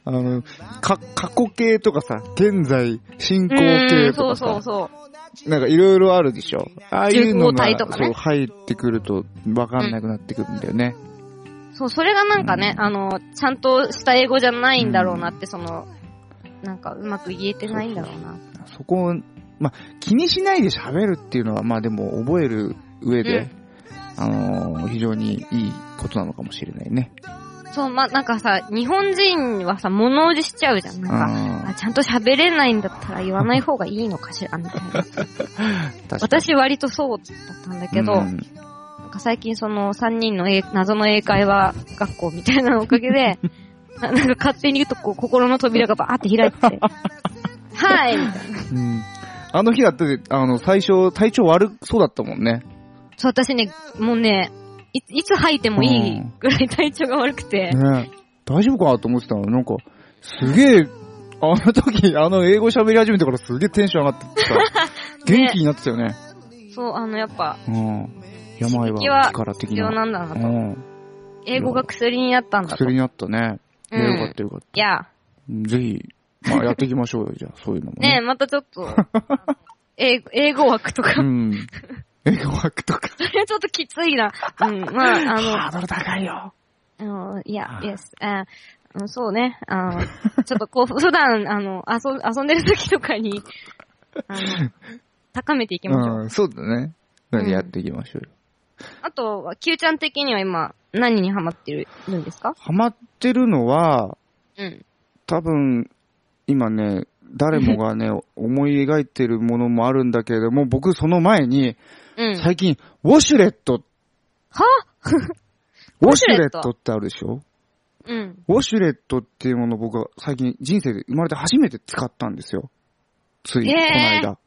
S1: あの、か、過去形とかさ、現在、進行
S2: う
S1: 形
S2: ん、そ
S1: と
S2: う
S1: か
S2: そ
S1: さ
S2: う、そう。
S1: なんかいろいろあるでしょ。ああいうのが、
S2: 重厚体とかね
S1: そう、入ってくると分かんなくなってくるんだよね。
S2: そう、それがなんかね、
S1: うん
S2: あの、ちゃんとした英語じゃないんだろうなって、その、なんかうまく言えてないんだろうな。
S1: そこを、まあ、気にしないで喋るっていうのは、まあでも覚える上で、あのー非常にいいことなのかもしれないね。
S2: そう、ま、なんかさ、日本人はさ、物おじしちゃうじゃん。なんか、
S1: あ
S2: あちゃんと喋れないんだったら言わない方がいいのかしら、 みたいな。
S1: ー確かに
S2: 私割とそうだったんだけど、
S1: うん
S2: なんか最近その3人の英謎の英会話学校みたいなのおか げで、ななんか勝手に言うとこう心の扉がバーって開 いて、はいみたいな
S1: うんあの日だって、あの、最初、体調悪そうだったもんね。
S2: そう、私ね、もうね、いいつ吐いてもいいぐらい体調が悪くて、
S1: ね大丈夫かと思ってたのなんか、すげえ、あの時、あの英語喋り始めてからすげえテンション上がって さ、元気になってたよね。
S2: そう、あの、やっぱ、
S1: うん。病
S2: 刺激
S1: は
S2: は
S1: 力的
S2: 必要
S1: な。
S2: なんだな
S1: う
S2: と。
S1: ん。
S2: 英語が薬になったんだと。
S1: 薬になったね。
S2: う
S1: ねよかっ
S2: ん。
S1: たよかっ
S2: いや、
S1: た。ぜひ、ま あやっていきましょうよ、じゃあ、そういうのも
S2: ね
S1: ね。
S2: え、またちょっ と、英語英語枠とか、
S1: うん。英語枠とか。
S2: それ ちょっときついな。うん、 まあ、あの、
S1: ハードル高いよ。
S2: あの、いや、yes, あうんそうね、あの、ちょっとこう、普段、あの、遊ん遊んでる時とかに、あ の、高めていきましょ
S1: う
S2: う。
S1: ん、そうだね。なんかやっていきましょうよ。
S2: あとは、Q ちゃん的には今、何にハマってるるんですか
S1: ハマってるのは、
S2: うん。
S1: 多分、今ね、誰もが ね、思い描いてるものもあるんだけれども、僕その前に、
S2: うん。
S1: 最近、ウォシュレット、
S2: は
S1: ウ
S2: ウ
S1: ォ
S2: ォ
S1: シ
S2: シ
S1: ュ
S2: ュ
S1: レ
S2: レ
S1: ッ
S2: ッ
S1: ト
S2: ト
S1: ってあるでしょ
S2: うん。
S1: ウォシュレットっていうものを僕は最近人生で生まれて初めて使ったんですよ。つい、こ
S2: え
S1: の
S2: ー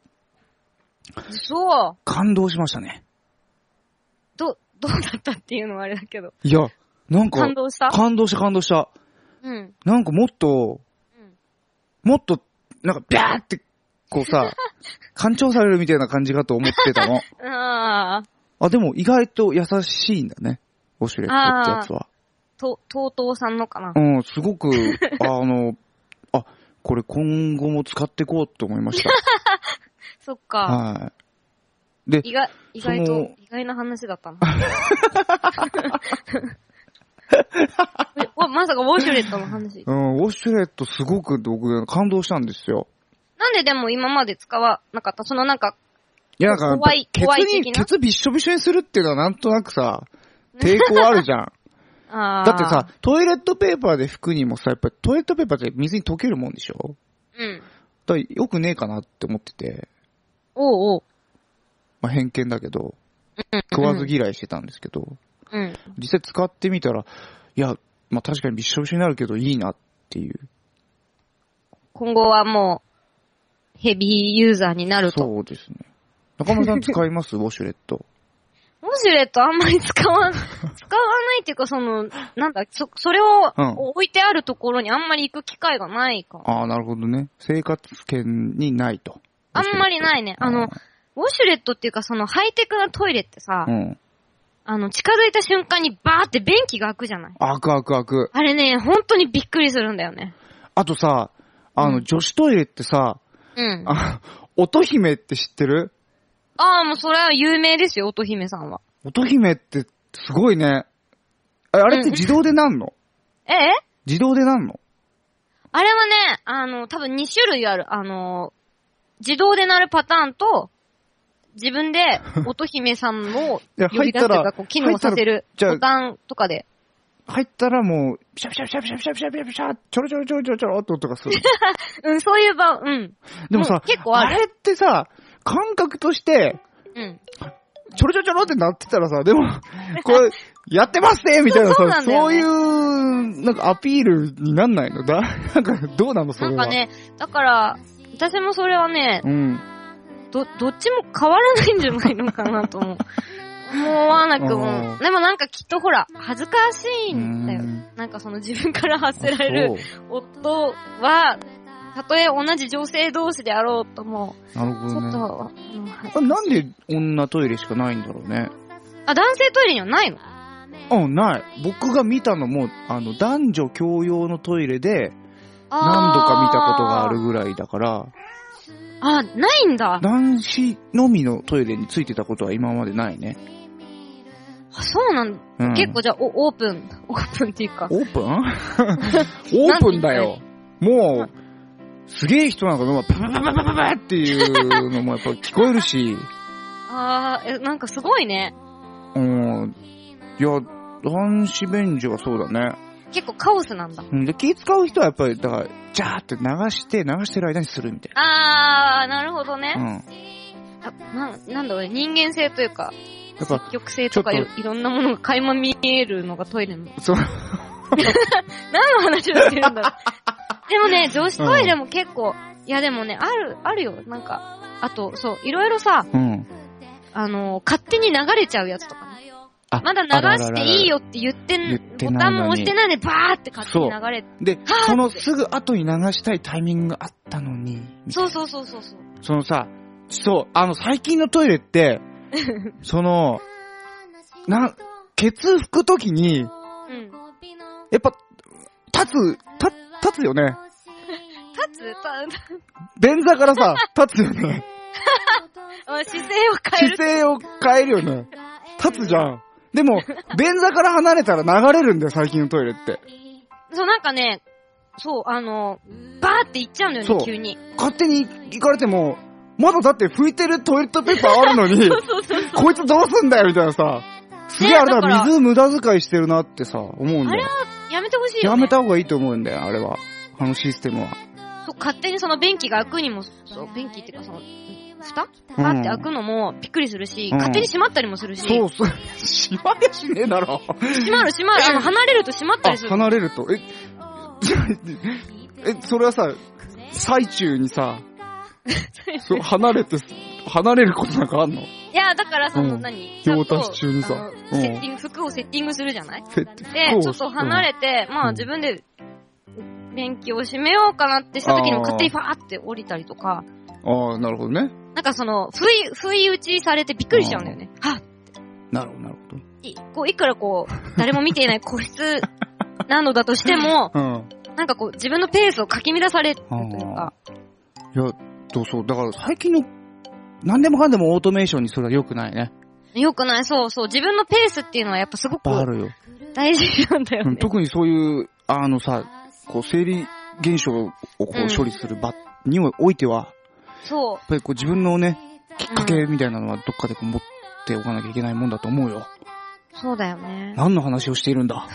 S1: 間。
S2: そう。
S1: 感動しましたね。
S2: ど、どうだったっていうのはあれだけど。
S1: いや、なんか
S2: 感、動した
S1: 感動した感動した。
S2: うん。
S1: なんかもっと
S2: うん、
S1: もっと、なんかビャーって、こう さ、干潮されるみたいな感じかと思ってたの。
S2: ああ。
S1: あ、でも意外と優しいんだね。ウォシュレットってやつは。
S2: と、とうとうさんのかな
S1: う。ん、す ごく、あの、あ、これ今後も使っていこうと思いました。
S2: そっか。
S1: は
S2: 意外、意外
S1: そ
S2: と
S1: の、
S2: 意外な話だっ たな。えおまさかウォシュレットの話
S1: い。。うん、ウォシュレットすごく僕感動したんですよ。
S2: なんででも今まで使わなかったそのなんか、
S1: いや、なんかやっぱ
S2: 怖い怖い
S1: ケツ
S2: 的
S1: に、
S2: な
S1: ケツびっしょびしょにするっていうのはなんとなくさ、抵抗あるじゃん。
S2: あー
S1: だってさ、、トイレットペーパーで拭くにもさ、やっぱりトイレットペーパーって水に溶けるもんでしょ
S2: うん。
S1: だからよくねえかなって思ってて、
S2: おうおう。
S1: まあ偏見だけど、
S2: うん
S1: 食わず。嫌いしてたんですけど、
S2: うん。
S1: 実際使ってみたら、いや、まあ確かにびっしょびしょになるけどいいなっていう。
S2: 今後はもう、ヘビーユーザーになると。
S1: そうですね。中村さん使います ウォシュレット。
S2: ウォシュレットあんまり 使わん、使わないっていうかその、なんだ、そ、それを
S1: うん
S2: 置いてあるところにあんまり行く機会がないか。
S1: ああ、なるほどね。生活圏にないと。
S2: あんま
S1: り、
S2: りないね。あの、ウォシュレットっていうかそのハイテクなトイレってさ、
S1: うん。
S2: あの、近づいた瞬間にバーって便器が開くじゃない
S1: あくあくあく。
S2: あれね、本当にびっくりするんだよね。
S1: あとさ、あの、
S2: うん
S1: 女子トイレってさ、
S2: うん。あ
S1: あ、乙姫って知ってる
S2: あー、もうそれは有名ですよ、乙姫さんは。
S1: 乙姫ってすごいね。ああれって自動でなんの
S2: ええ
S1: 自動でなんの
S2: あれはね、あの、多分2種類ある。あの、自動で鳴るパターンと、自 分で乙姫さんを
S1: いや
S2: 呼び出すというか、こう機能させる
S1: 入ったらじゃあ
S2: ボタンとかで。
S1: 入ったらもう、ピシャピシャピシャピシャピシャピシャピシャピシャ、ちょろちょろちょろちょろちょろって音がする。
S2: うん、そういう場、うん。
S1: でもさ、
S2: うん結構ある
S1: れってさ、感覚として、
S2: うん。
S1: ちょろちょろちょろってなってたらさ、 でも、これ、やってますねみたいなさ、
S2: そうそうなんだよね
S1: いう、なんかアピールになんないのだ、なんか、どうなのそ
S2: な
S1: れ
S2: ん
S1: は。
S2: かね、だから、私もそれはね、
S1: うん。
S2: ど、どっちも変わらないんじゃないのかなと思 う。思わなく
S1: う
S2: も
S1: ん。
S2: でもなんかきっとほら、恥ずかしいんだよ
S1: う。ん
S2: なんかその自分から発せられる夫は、たとえ同じ女性同士であろうとも、
S1: そうなるほ
S2: ち
S1: ど
S2: ょっ
S1: ね。
S2: と、うん
S1: あなんで女トイレしかないんだろうね。
S2: あ、男性トイレにはないの
S1: うん、ない。僕が見たのも、あの、男女共用のトイレで、何
S2: 何
S1: 度か見たことがある。ぐらいだから、
S2: あ、ないんだ。
S1: 男子のみのトイレについてたことは今までないね。
S2: あそうなんだ。
S1: うん、
S2: 結構じゃあ、おオープン、オープンっていうか。
S1: オープンオープンだよ。もう、すげえ人なんかの、パパパパパパパっていうのもやっぱ聞こえるし、
S2: あー、え、なんかすごいね。
S1: うん。いや、男子便所はそうだね。
S2: 結構カオスなんだ。
S1: うんで、気使う人はやっぱり、だから、ジャーって流して、流してる間にするみたい
S2: あー、なるほどね。
S1: な。うん。
S2: あななんだろうね、人間性というか、
S1: だから、
S2: 抑制とか
S1: ちょ
S2: い
S1: っ
S2: いろんなものが垣間見えるのがトイレの。
S1: そう、
S2: 何の話をしてるんだ ろう。でもね、女子トイレも結構、いやでもね、ある、あるよ。なんか、あと、そう、いろいろさ、
S1: うん。
S2: あの、勝手に流れちゃうやつとかね。
S1: あ
S2: まだ流していい
S1: よ。
S2: よって言って
S1: 言っ
S2: ん、
S1: て
S2: ボ
S1: な
S2: タ
S1: いのに
S2: ンも押してないでバーって勝手に流れて。
S1: で、
S2: あ
S1: そのすぐ後に流したいタイミングがあったのに、
S2: そうそうそうそうそう。
S1: そのさ、そう、あの、最近のトイレ って、その、な、ケツ拭くときに、
S2: うん。
S1: やっぱ、立つ、た、立つよね。
S2: 立つた
S1: 便座から さ、立つよね。
S2: 姿勢を変
S1: 姿
S2: える。
S1: 勢を変えるよね。立つじゃん。で も、便座から離れたら流れるんだよ、最近のトイレって。
S2: そう、なんかね、そう、あの、バーって行っちゃうんだよ
S1: そ
S2: ね、
S1: う
S2: 急に。
S1: 勝手に行かれても、まだだって拭いてるトイレットペーパーあるの に、
S2: そうそうそう。
S1: こいつどうすんだよ、みたいなさ。すげえあれ
S2: ねだから
S1: だ、水無駄遣いしてるなってさ、思うん
S2: あ
S1: だ
S2: れ
S1: よ。
S2: はやめてほしいよ、ね。
S1: やめた方がいいと思うんだよ、あれは。あのシステムは。
S2: そう、勝手にその便器が開くにも、そう、便器っていうかその、蓋バーって開くのもびっくりするし、
S1: うん
S2: 勝手に閉まったりもするし、
S1: そうそう。しまりゃしねえだろ。
S2: 閉まる閉まる、あの、離れると閉まった
S1: あ
S2: りす、る。
S1: 離れると。え、じゃあえ、それはさ、最中にさ、そう離れて、離れることなんかあんの
S2: いや、だからその、
S1: うん
S2: 何
S1: 用足し中にさ
S2: あのセ
S1: うん
S2: ッティング、服をセッティングするじゃない
S1: セッティ
S2: で、ちょっと離れて、ま
S1: う
S2: あ
S1: ん
S2: 自分で、便器を閉めようかなってした時にも勝手にファーって降りたりとか、
S1: ああ、なるほどね。
S2: なんかその、不意、不意打ちされてびっくりしちゃうんだよね。はっ
S1: なるほど、なるほど。
S2: いこう、いくらこう、誰も見ていない個室なのだとして も、
S1: うん。
S2: なんかこう、自分のペースをかき乱されるという
S1: あ
S2: か、
S1: いや、どうそう。だから最近の、何でもかんでもオートメーションにそれは良くないね。
S2: よくない、そうそう、自分のペースっていうのはやっぱすごく
S1: いっぱいあるよ。
S2: 大事なんだよ
S1: う
S2: ね。
S1: ん 特にそういう、あのさ、こう、生理現象をこ
S2: うん
S1: う処理する場においては、
S2: そう
S1: やっぱりこう自分のね、きっかけみたいなのはどっかでこう持っておかなきゃいけないもんだと思うよ。、
S2: そうだよね。
S1: 何の話をしているんだ。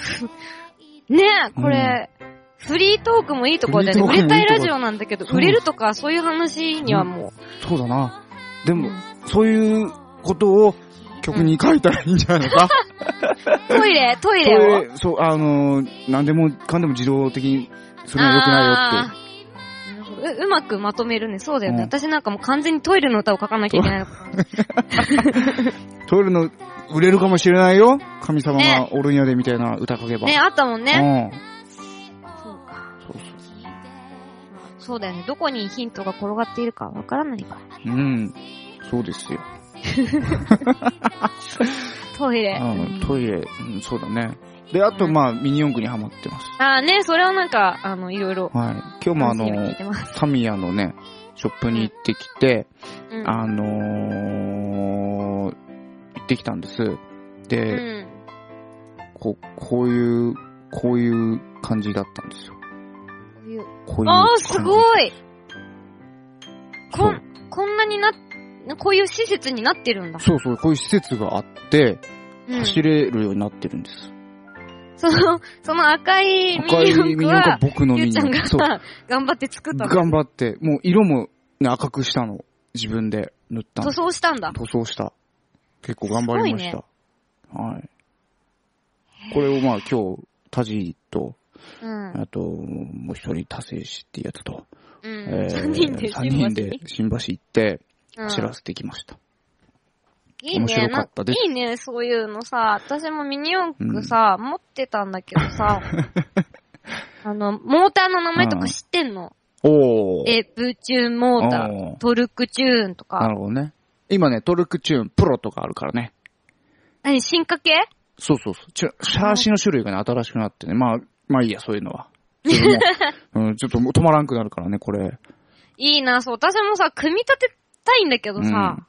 S2: ねえ、これ、フリートークもいいところでね、
S1: フ
S2: 売
S1: リートークもいい
S2: れ
S1: とこ
S2: たいラジオなんだけど、
S1: そう
S2: 売れるとかそういう話にはも
S1: そうだな。で
S2: う、
S1: も
S2: う、ん
S1: そういうことを曲に書いたらいいんじゃないのか。
S2: トイレ、トイ
S1: そう
S2: レを。
S1: いう、そう、あのー、何でもかんでも自動的にするのは良くないよって。
S2: あーなるほどううまくまとめるね。そうだよね。
S1: うん
S2: 私なんかもう完全にトイレの歌を書かなきゃいけない のかな。
S1: トイレの、売れるかもしれないよ。神様がおるんやでみたいな歌書けば。
S2: ね、あったもんね。そう
S1: う
S2: か。
S1: ん。そうそ
S2: そうだよね。どこにヒントが転がっているかわからないから。
S1: う。うん。そうですよ。
S2: トイレ。
S1: うん、トイレ、うん、そうだね。で、あと、まあ、ミニ四駆にハマってます。
S2: ああね、それはなんか、あの、いろいろ。
S1: はい。今日もあの
S2: 楽しみに聞い、てます
S1: タミヤのね、ショップに行ってきて、
S2: うん。
S1: あのー、行ってきたんです。
S2: う
S1: で、
S2: ん。
S1: こう、こういう、こういう感じだったんですよ。
S2: こういう
S1: こういう
S2: あ
S1: 感
S2: あ、
S1: じ。
S2: すごい
S1: そ
S2: こ、
S1: うん
S2: こんなにな、こういう施設になってるんだ。
S1: そうそう、こういう施設があって、
S2: うん、
S1: 走れるようになってるんです。
S2: その、その赤いミ
S1: 赤
S2: ニ
S1: い
S2: 四
S1: ミニ四
S2: 駆
S1: 駆は
S2: は、
S1: 僕のミ
S2: ゆう
S1: ニ
S2: ちゃ
S1: 四
S2: ん
S1: 駆。そう。
S2: が頑張って作ったの。
S1: 頑張って、もう色もね、赤くしたの。自分で塗ったの
S2: 塗。装したんだ。
S1: 塗装した。結構頑張りました。
S2: す
S1: はい。これをまあ今日、タジと、
S2: うん。
S1: あと、もう一人、タセイシっていうやつと、
S2: うん。
S1: ー
S2: 三人で新橋
S1: 三
S2: に、
S1: 人で新橋行って、
S2: うん
S1: 走らせてきました。
S2: いい
S1: 面白
S2: ね、
S1: か
S2: な
S1: ったです
S2: いいね、そういうのさ。私もミニ四駆さ、持ってたんだけど さ、あの、モーターの名前とか知ってんの、
S1: おー。
S2: え、ブーチューンモータ
S1: お
S2: ー、
S1: ー
S2: トルクチューンと
S1: な
S2: か。
S1: るほどね。今ね、トルクチューンプロとかあるからね。
S2: 何、進化系
S1: そうそうそう。ちょ、シャーシの種類がね、新しくなってね。まあ、まあいいや、そういうのは。ちょっと もううん、ちょっともう止まらんくなるからね、これ。
S2: いいな、そう。私もさ、組み立てたいんだけどさ、
S1: うん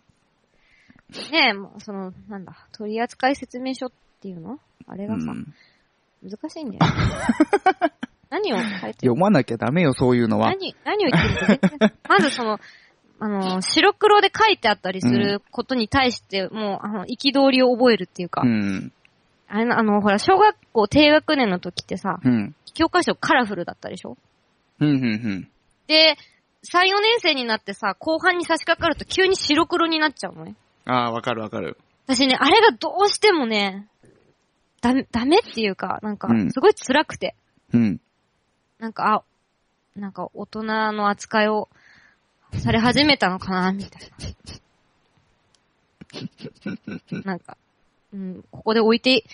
S2: ねえ、もう、その、なんだ、取扱説明書っていうのあれ
S1: う
S2: がさ、
S1: ん、
S2: 難しいん だよね。何を書いてる
S1: 読まなきゃダメよ、そういうのは。
S2: 何、何を言ってるか全然まずそ の、あの、白黒で書いてあったりすることに対して、もう、あの、憤りを覚えるっていうか、
S1: うん。
S2: あれの、あの、ほら、小学校低学年の時ってさ、
S1: うん。
S2: 教科書カラフルだったでしょ
S1: うん、うん、
S2: で、3、4年生になってさ、後半に差し掛かると急に白黒になっちゃうの
S1: う
S2: ね。
S1: ん。ああ、わかるわかる。
S2: 私ね、あれがどうしてもね、ダメ、ダメっていうか、なんか
S1: う、ん
S2: すごい辛くて、
S1: うん。
S2: なんか、あ、なんか大人の扱いをされ始めたのかな、みたい な。なんか、うん、ここで置いて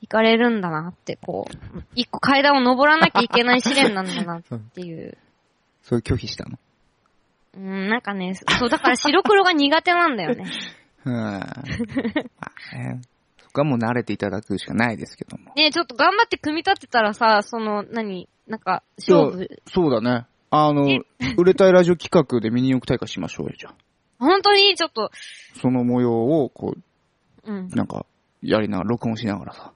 S2: いかれるんだなって、こう、一個階段を登らなきゃいけない試練なんだなっていう。
S1: それ拒否したの。
S2: うん、なんかね、そう、だから白黒が苦手なんだよね。
S1: うん。まあね。そこはもう慣れていただくしかないですけども。
S2: ねちょっと頑張って組み立てたらさ、その、何、なんか、勝負。
S1: そうだね。あの、売れたいラジオ企画でミニ四駆大会しましょうよ、じゃあ。
S2: 本当に、ちょっと、
S1: その模様を、こ
S2: う
S1: う、、
S2: ん
S1: なんか、やりながら、録音しながらさ。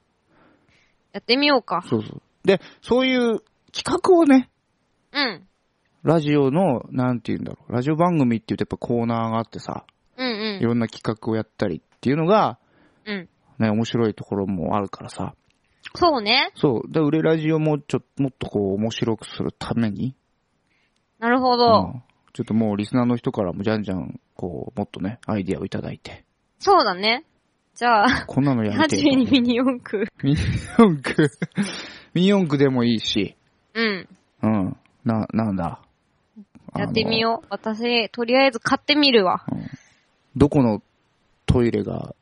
S2: やってみようか。
S1: そうそう。で、そういう企画をね、
S2: うん。
S1: ラジオの、なんて言うんだろう、ラジオ番組って言うとやっぱコーナーがあってさ、
S2: うん
S1: いろんな企画をやったりっていうのが、
S2: うん。うん。
S1: ね、面白いところもあるからさ。
S2: そうね。
S1: そう。で、売れラジオもちょ、もっとこう、面白くするために、
S2: なるほ
S1: う
S2: ど。
S1: んちょっともうリスナーの人からもじゃんじゃん、こう、もっとね、アイディアをいただいて、
S2: そうだね。じゃあ、
S1: こんなのや
S2: は
S1: りて
S2: じ
S1: え
S2: め
S1: と
S2: にミニ四駆。
S1: ミニ四駆。ミニ四駆でもいいし、
S2: うん。
S1: うん。な、なんだ。
S2: やってみ
S1: う。
S2: よう。私、とりあえず買ってみる わ。
S1: どこのトイレが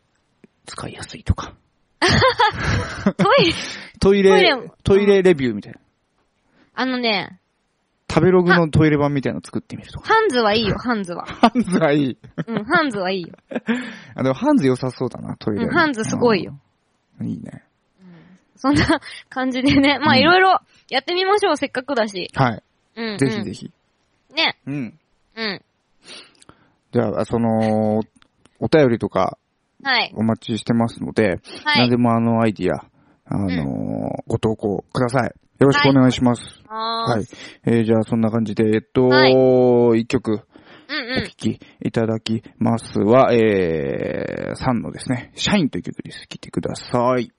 S1: 使いやすいとか。
S2: トイレ、
S1: トイレ、
S2: ト
S1: ト
S2: イレ
S1: イレレビューみたいな。
S2: あのね、
S1: 食べログのトイレ版みたいなの作ってみると か。
S2: ハンズはいいよ、ハンズは。
S1: ハンズはいい。
S2: うん、ハンズはいいよ。
S1: あ、でもハンズ良さそうだな、トイレ。
S2: うんハンズすごいよ
S1: うん。いいね。
S2: そんな感じでね、まあ
S1: うん
S2: いろいろやってみましょう、せっかくだし。
S1: はい。
S2: うん、うん。
S1: ぜひぜひ。
S2: ね、
S1: うん。
S2: うん。
S1: じゃあ、その、お便りとか
S2: はい。
S1: お待ちしてますので、
S2: は
S1: 何
S2: い
S1: で。もあのアイディア、あのーご投稿ください。よろしくお願いします。
S2: あー
S1: はい。えー、じゃあそんな感じで、えっと、
S2: は
S1: 一曲
S2: うん
S1: お
S2: うん
S1: 聴。きいただきますは、えー、3のですね、シャインという曲です。聴いてください。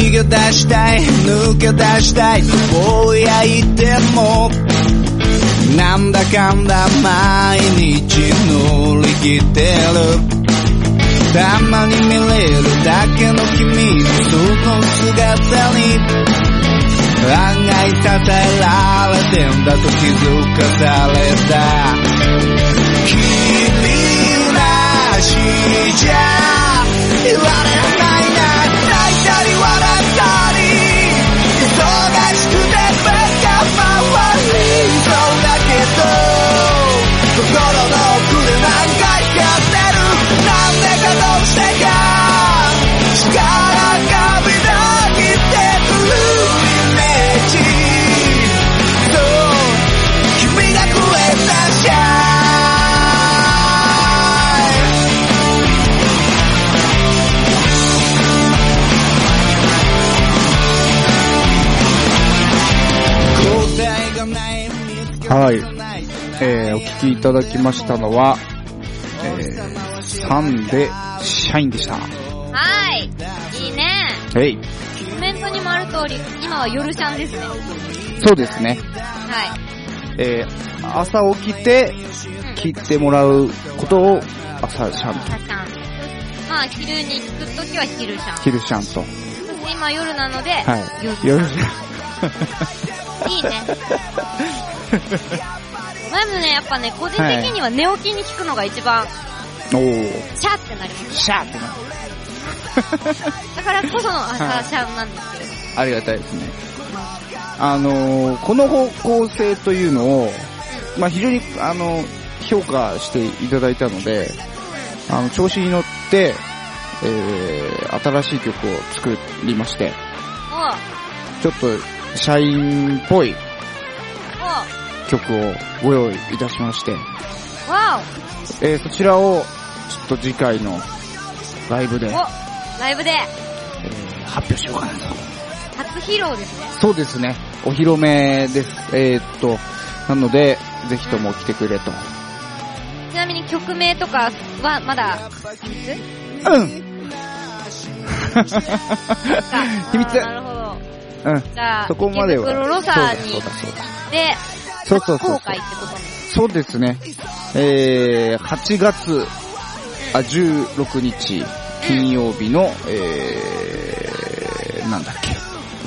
S3: 逃げ出したい抜け出したいぼやいてもなんだかんだ毎日乗り切ってるたまに見れるだけの君のその姿に案外たたえられてんだと気づかされた君らしじゃ言われないな泣いたり笑ったり忙しくてバカ回りそうだけど心の奥で何回かってるなんでかどうしてか力がみなぎってくるイメージそう君がくれたシャイ
S1: は
S3: はい
S1: えー、
S3: い、えー、
S1: お聴き
S3: お聞き
S1: い
S3: い
S1: た
S3: た
S1: だ
S3: だ
S1: き
S3: き
S1: ま
S3: ま
S1: し
S3: したた
S1: の
S3: の
S1: は
S3: は、、
S1: え
S3: え
S1: ー
S3: ー、
S1: 3
S3: 3
S1: で
S3: で、
S1: シャインでした。
S2: はい。いいね。
S1: えい。
S2: コメントにもある通り、今は夜シャンですね。
S1: そうですね。
S2: はい。
S1: えー、朝起きて、
S2: うん。
S1: 聞いてもらうことを、朝シャンと、
S2: 朝シャン。まあ、昼に聞くときは昼シャン。
S1: 昼シャンと。
S2: 今夜なので、
S1: はい。
S2: 夜シ
S1: よ
S2: ャ
S1: ろ
S2: ン
S1: し。
S2: いいね。まずね、やっぱね、個人的には寝起きに聞くのが一番、
S1: く。おー。
S2: シャーってなります。
S1: シャーってなる。
S2: だからこその
S1: はい
S2: 朝シャンなんですけど。
S1: ありがたいですね。あのーこの方向性というのを、まあ、非常に、あの評価していただいたので、あの、調子に乗って、えー、新しい曲を作りまして、
S2: おう
S1: ちょっと、社員っぽい
S2: お
S1: 曲をご用意いたしまして、
S2: うわ
S1: えー、そちらを、ちょっと次回のライブで、え
S2: お
S1: ー
S2: おライブで
S1: 発表しようかなと。
S2: 初披露ですね。
S1: そうですね。お披露目です。えー、っと、なので、ぜひとも来てくれと。
S2: ちなみに曲名とかはまだ秘密
S1: うん 秘密
S2: あーなるほど。
S1: うん。
S2: じゃあ、
S1: そこまでは。
S2: 池袋ロサーに
S1: そう
S2: 行
S1: だ、そうだ、
S2: って、
S1: そうだ。そうそうそう
S2: 公開ってことね。
S1: そうですね。えー、8月、あ、16日、金曜日の、えー、なんだっけ、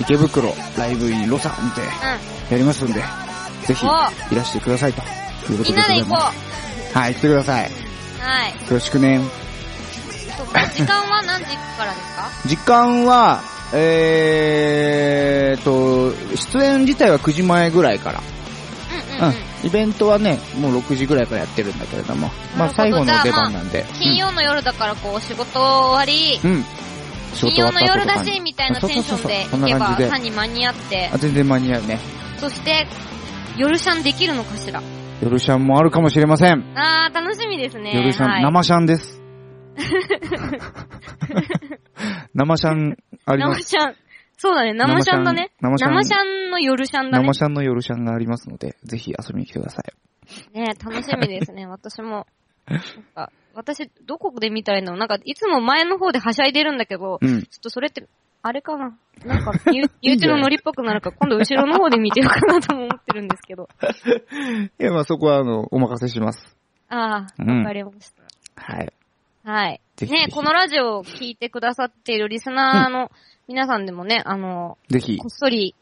S1: 池袋ライブインロサにてやりますんで、ぜひ、
S2: お
S1: いらしてくださいと。いうこ
S2: うん。み
S1: とでご
S2: んな
S1: ざ
S2: で
S1: い
S2: 行こう。
S1: ます。はい、来てください。よ
S2: はい。
S1: ろしくね。
S2: そっか時間は何時からですか
S1: 時間は、えーと、出演自体は9時前ぐらいから。
S2: うんうん、うん。
S1: うん。イベントはね、もう6時ぐらいからやってるんだけれども。ま
S2: なるほ
S1: あ
S2: ど
S1: 最後の
S2: じゃあ
S1: 出番なんで。
S2: 金曜の夜だからこう仕事終わり、
S1: うん。うん。仕事
S2: 金
S1: 終わった
S2: 曜の
S1: 後
S2: 夜
S1: とか
S2: だ
S1: に
S2: し、みたいな
S1: そうそう
S2: テンシ
S1: そう
S2: ョン
S1: そう
S2: で
S1: そん
S2: 行け
S1: な
S2: ば、
S1: 感じで
S2: さ。に間に合って
S1: あ、、全然間に合うね。
S2: そして、夜シャンできるのかしら。
S1: 夜シャンもあるかもしれません。
S2: あー、楽しみですね。
S1: 夜シャン、
S2: はい、
S1: 生シャン です。生シャンありま
S2: 生
S1: す。
S2: シャン。そうだね、生シャンだね。
S1: 生シャン
S2: 生シャンの夜シャンだね
S1: 生。シャンの夜シャンがありますので、ぜひ遊びに来てください。
S2: ね楽しみです ね、私も。なんか、私、どこで見たいのなんか、いつも前の方ではしゃいでるんだけど、
S1: うん。
S2: ちょっとそれって、あれかななんか、身身内のノリっぽくなるから、今度後ろの方で見てようかなとも思ってるんですけど。
S1: いや、まあそこはあの、お任せします。
S2: ああ、
S1: うん
S2: わかりました。
S1: はい。
S2: はい。
S1: ぜひぜ
S2: ね
S1: ひ
S2: このラジオを聞いてくださっているリスナーの皆さんでもね、あの、
S1: ぜひ
S2: こっ、そり、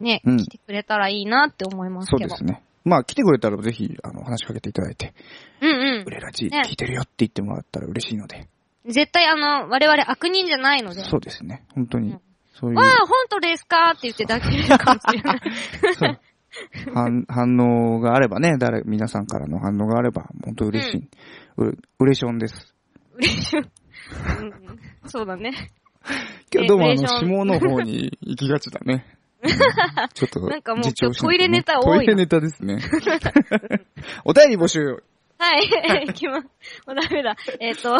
S2: ね、
S1: うん
S2: 来てくれたらいいなって思います
S1: そう
S2: け
S1: で
S2: ど。
S1: すね。まあ来てくれたらぜひ、あの、話しかけていただいて、
S2: うん
S1: 売れラジ
S2: ね
S1: 聞いてるよって言ってもらったら嬉しいので。
S2: うん。絶対あの、我々悪人じゃないので。
S1: そうですね。本当に、そういう
S2: わ、あ、本当ですかって言ってだけかもしれない。
S1: そう 反反応があればね、誰、皆さんからの反応があれば、本当嬉しい。ううれしょんです。
S2: 嬉しい。うんそうだね。
S1: 今日どうもあ
S2: え
S1: の、
S2: ー
S1: 下の方に行きがちだ ね。ちょっと、
S2: なんかもう
S1: 自重し
S2: トイレネタ多いな
S1: トイレネタです ね。お便り募集。
S2: はい、いきます。もうダメだ。えっ、と、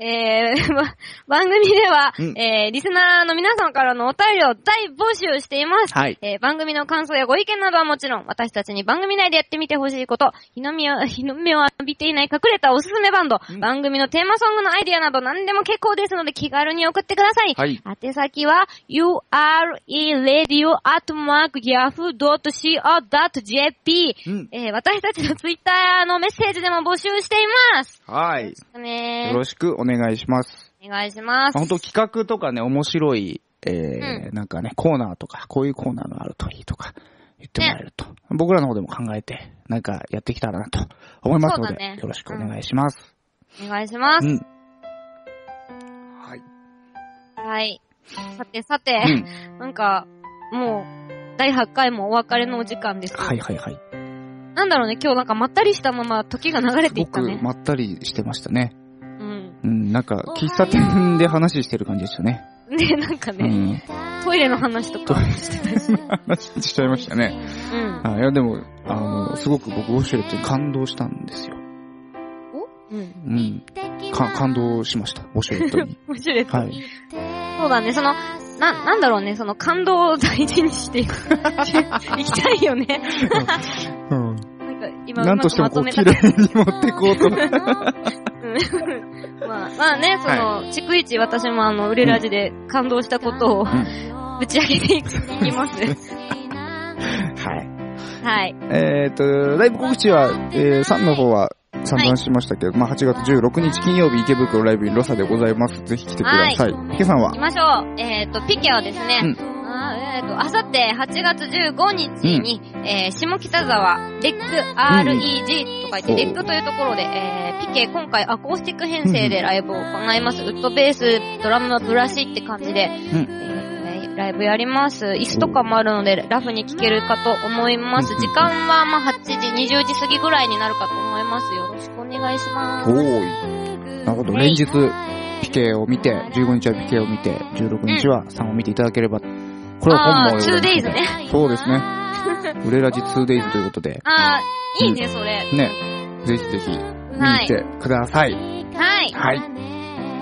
S2: えー、 ば番組では、
S1: うん
S2: えー、リスナーの皆さんからのお便りを大募集しています。
S1: はい
S2: えー、番組の感想やご意見などはもちろん、私たちに番組内でやってみてほしいこと、日の目を、 日の目を浴びていない隠れたおすすめバンド、
S1: うん
S2: 番組のテーマソングのアイディアなど何でも結構ですので気軽に送ってください。
S1: はい
S2: 宛先は、ureradio.yahoo.co.jp、
S1: うん
S2: えー私たちのツイッターのメッセージでも募集しています。
S1: はい。
S2: ね
S1: よろしくお願いします。
S2: お願いします。
S1: 本当企画とかね、面白い、えーなんかね、コーナーとか、こういうコーナーがあるといいとか、言ってもらえると。僕らの方でも考えて、なんかやってきたらなと思いますの
S2: そ
S1: で、
S2: うだね
S1: よろしくお願いします。
S2: お願いします。
S1: うん。はい。
S2: はい。さてさて、
S1: うん。
S2: なんか、もう、第8回もお別れのお時間です。
S1: はいはいはい。
S2: なんだろうね、今日なんかまったりしたまま時が流れ
S1: す
S2: てい
S1: ご
S2: った
S1: く
S2: ね。
S1: まったりしてましたね。
S2: うん。
S1: うん、なんか、喫茶店で話してる感じでしたね。
S2: ね、なんか
S1: う
S2: ね、
S1: ん。
S2: トイレの話とかしてたし。
S1: 話しちゃいましたね。
S2: うん。
S1: あいや、でも、あの、すごく僕、ウォシュレットに感動したんですよ。
S2: う
S1: う
S2: ん。
S1: ん。か、感動しました、ウォシュレット に。
S2: 面白い。
S1: はい。
S2: そうだね、その、な、なんだろうね、その感動を大事にし ていく。いきたいよね。
S1: うん。
S2: なんか今
S1: なんとしても、こ
S2: う
S1: う、
S2: まくま
S1: 綺
S2: とめた
S1: 麗に持ってこうと。
S2: うん まあ、まあね、その、逐一私もあの、売れラジで感動したことを
S4: うん
S2: ぶち上げていきま す。
S1: はい。
S2: はい。
S1: えっと、ライブ告知は、えー、3の方は、散々しましたけど、まあ、8月16日金曜日池袋ライブにロサでございます。ぜひ来てください。池さんは
S2: 行きましょう。えっ、と、ピケはですね、あーえっ、と、あさって8月15日に、えー、下北沢、レック REG と書いて、
S1: うん
S2: レックというところで、えー、ピケ今回アコースティック編成でライブを行います。ウッドベース、ドラムはブラシって感じで、
S1: うん
S2: えーライブやります。椅子とかもあるので、ラフに聴けるかと思います。
S1: うん
S2: 時間は、まあ、8時、20時過ぎぐらいになるかと思います。よろしくお願いします。
S1: おーい。なるほど。連日、ピケを見て、15日はピケを見て、16日は3を見ていただければ、これは本望
S2: ああー、
S1: よろしい
S2: 2days ね。
S1: そうですね。売れラジ 2days ということで、
S2: ああ、いいね、それ。
S1: ね、ぜひぜひ、
S2: は
S1: 見
S2: い。
S1: てください。
S2: はい。
S1: はい。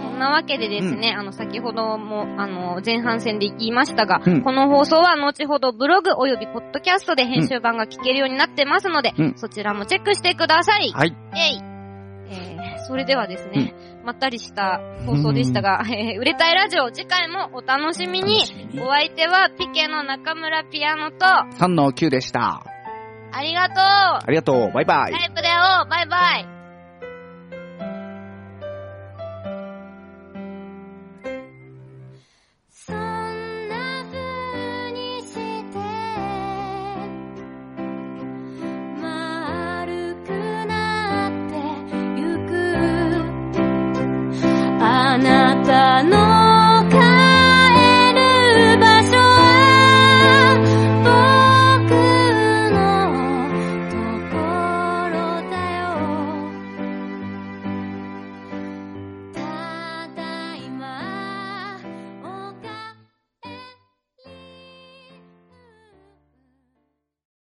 S2: そんなわけでですね、あの、先ほども、あの、前半戦で言いましたが、
S1: うん
S2: この放送は後ほどブログおよびポッドキャストで編集版が聞けるようになってますので、
S1: うん
S2: そちらもチェックしてください。
S1: はい。
S2: えい。えー、それではですね、まったりした放送でしたが、えー、売れたいラジオ、次回もお楽しみに。お相手は、ピケの中村ピアノと、あ
S1: 3の9でした。
S2: りがとう、
S1: ありがとう。バイバイ。
S2: ライブでおうバイバイ
S4: そんな風にして丸くなってゆくあなたの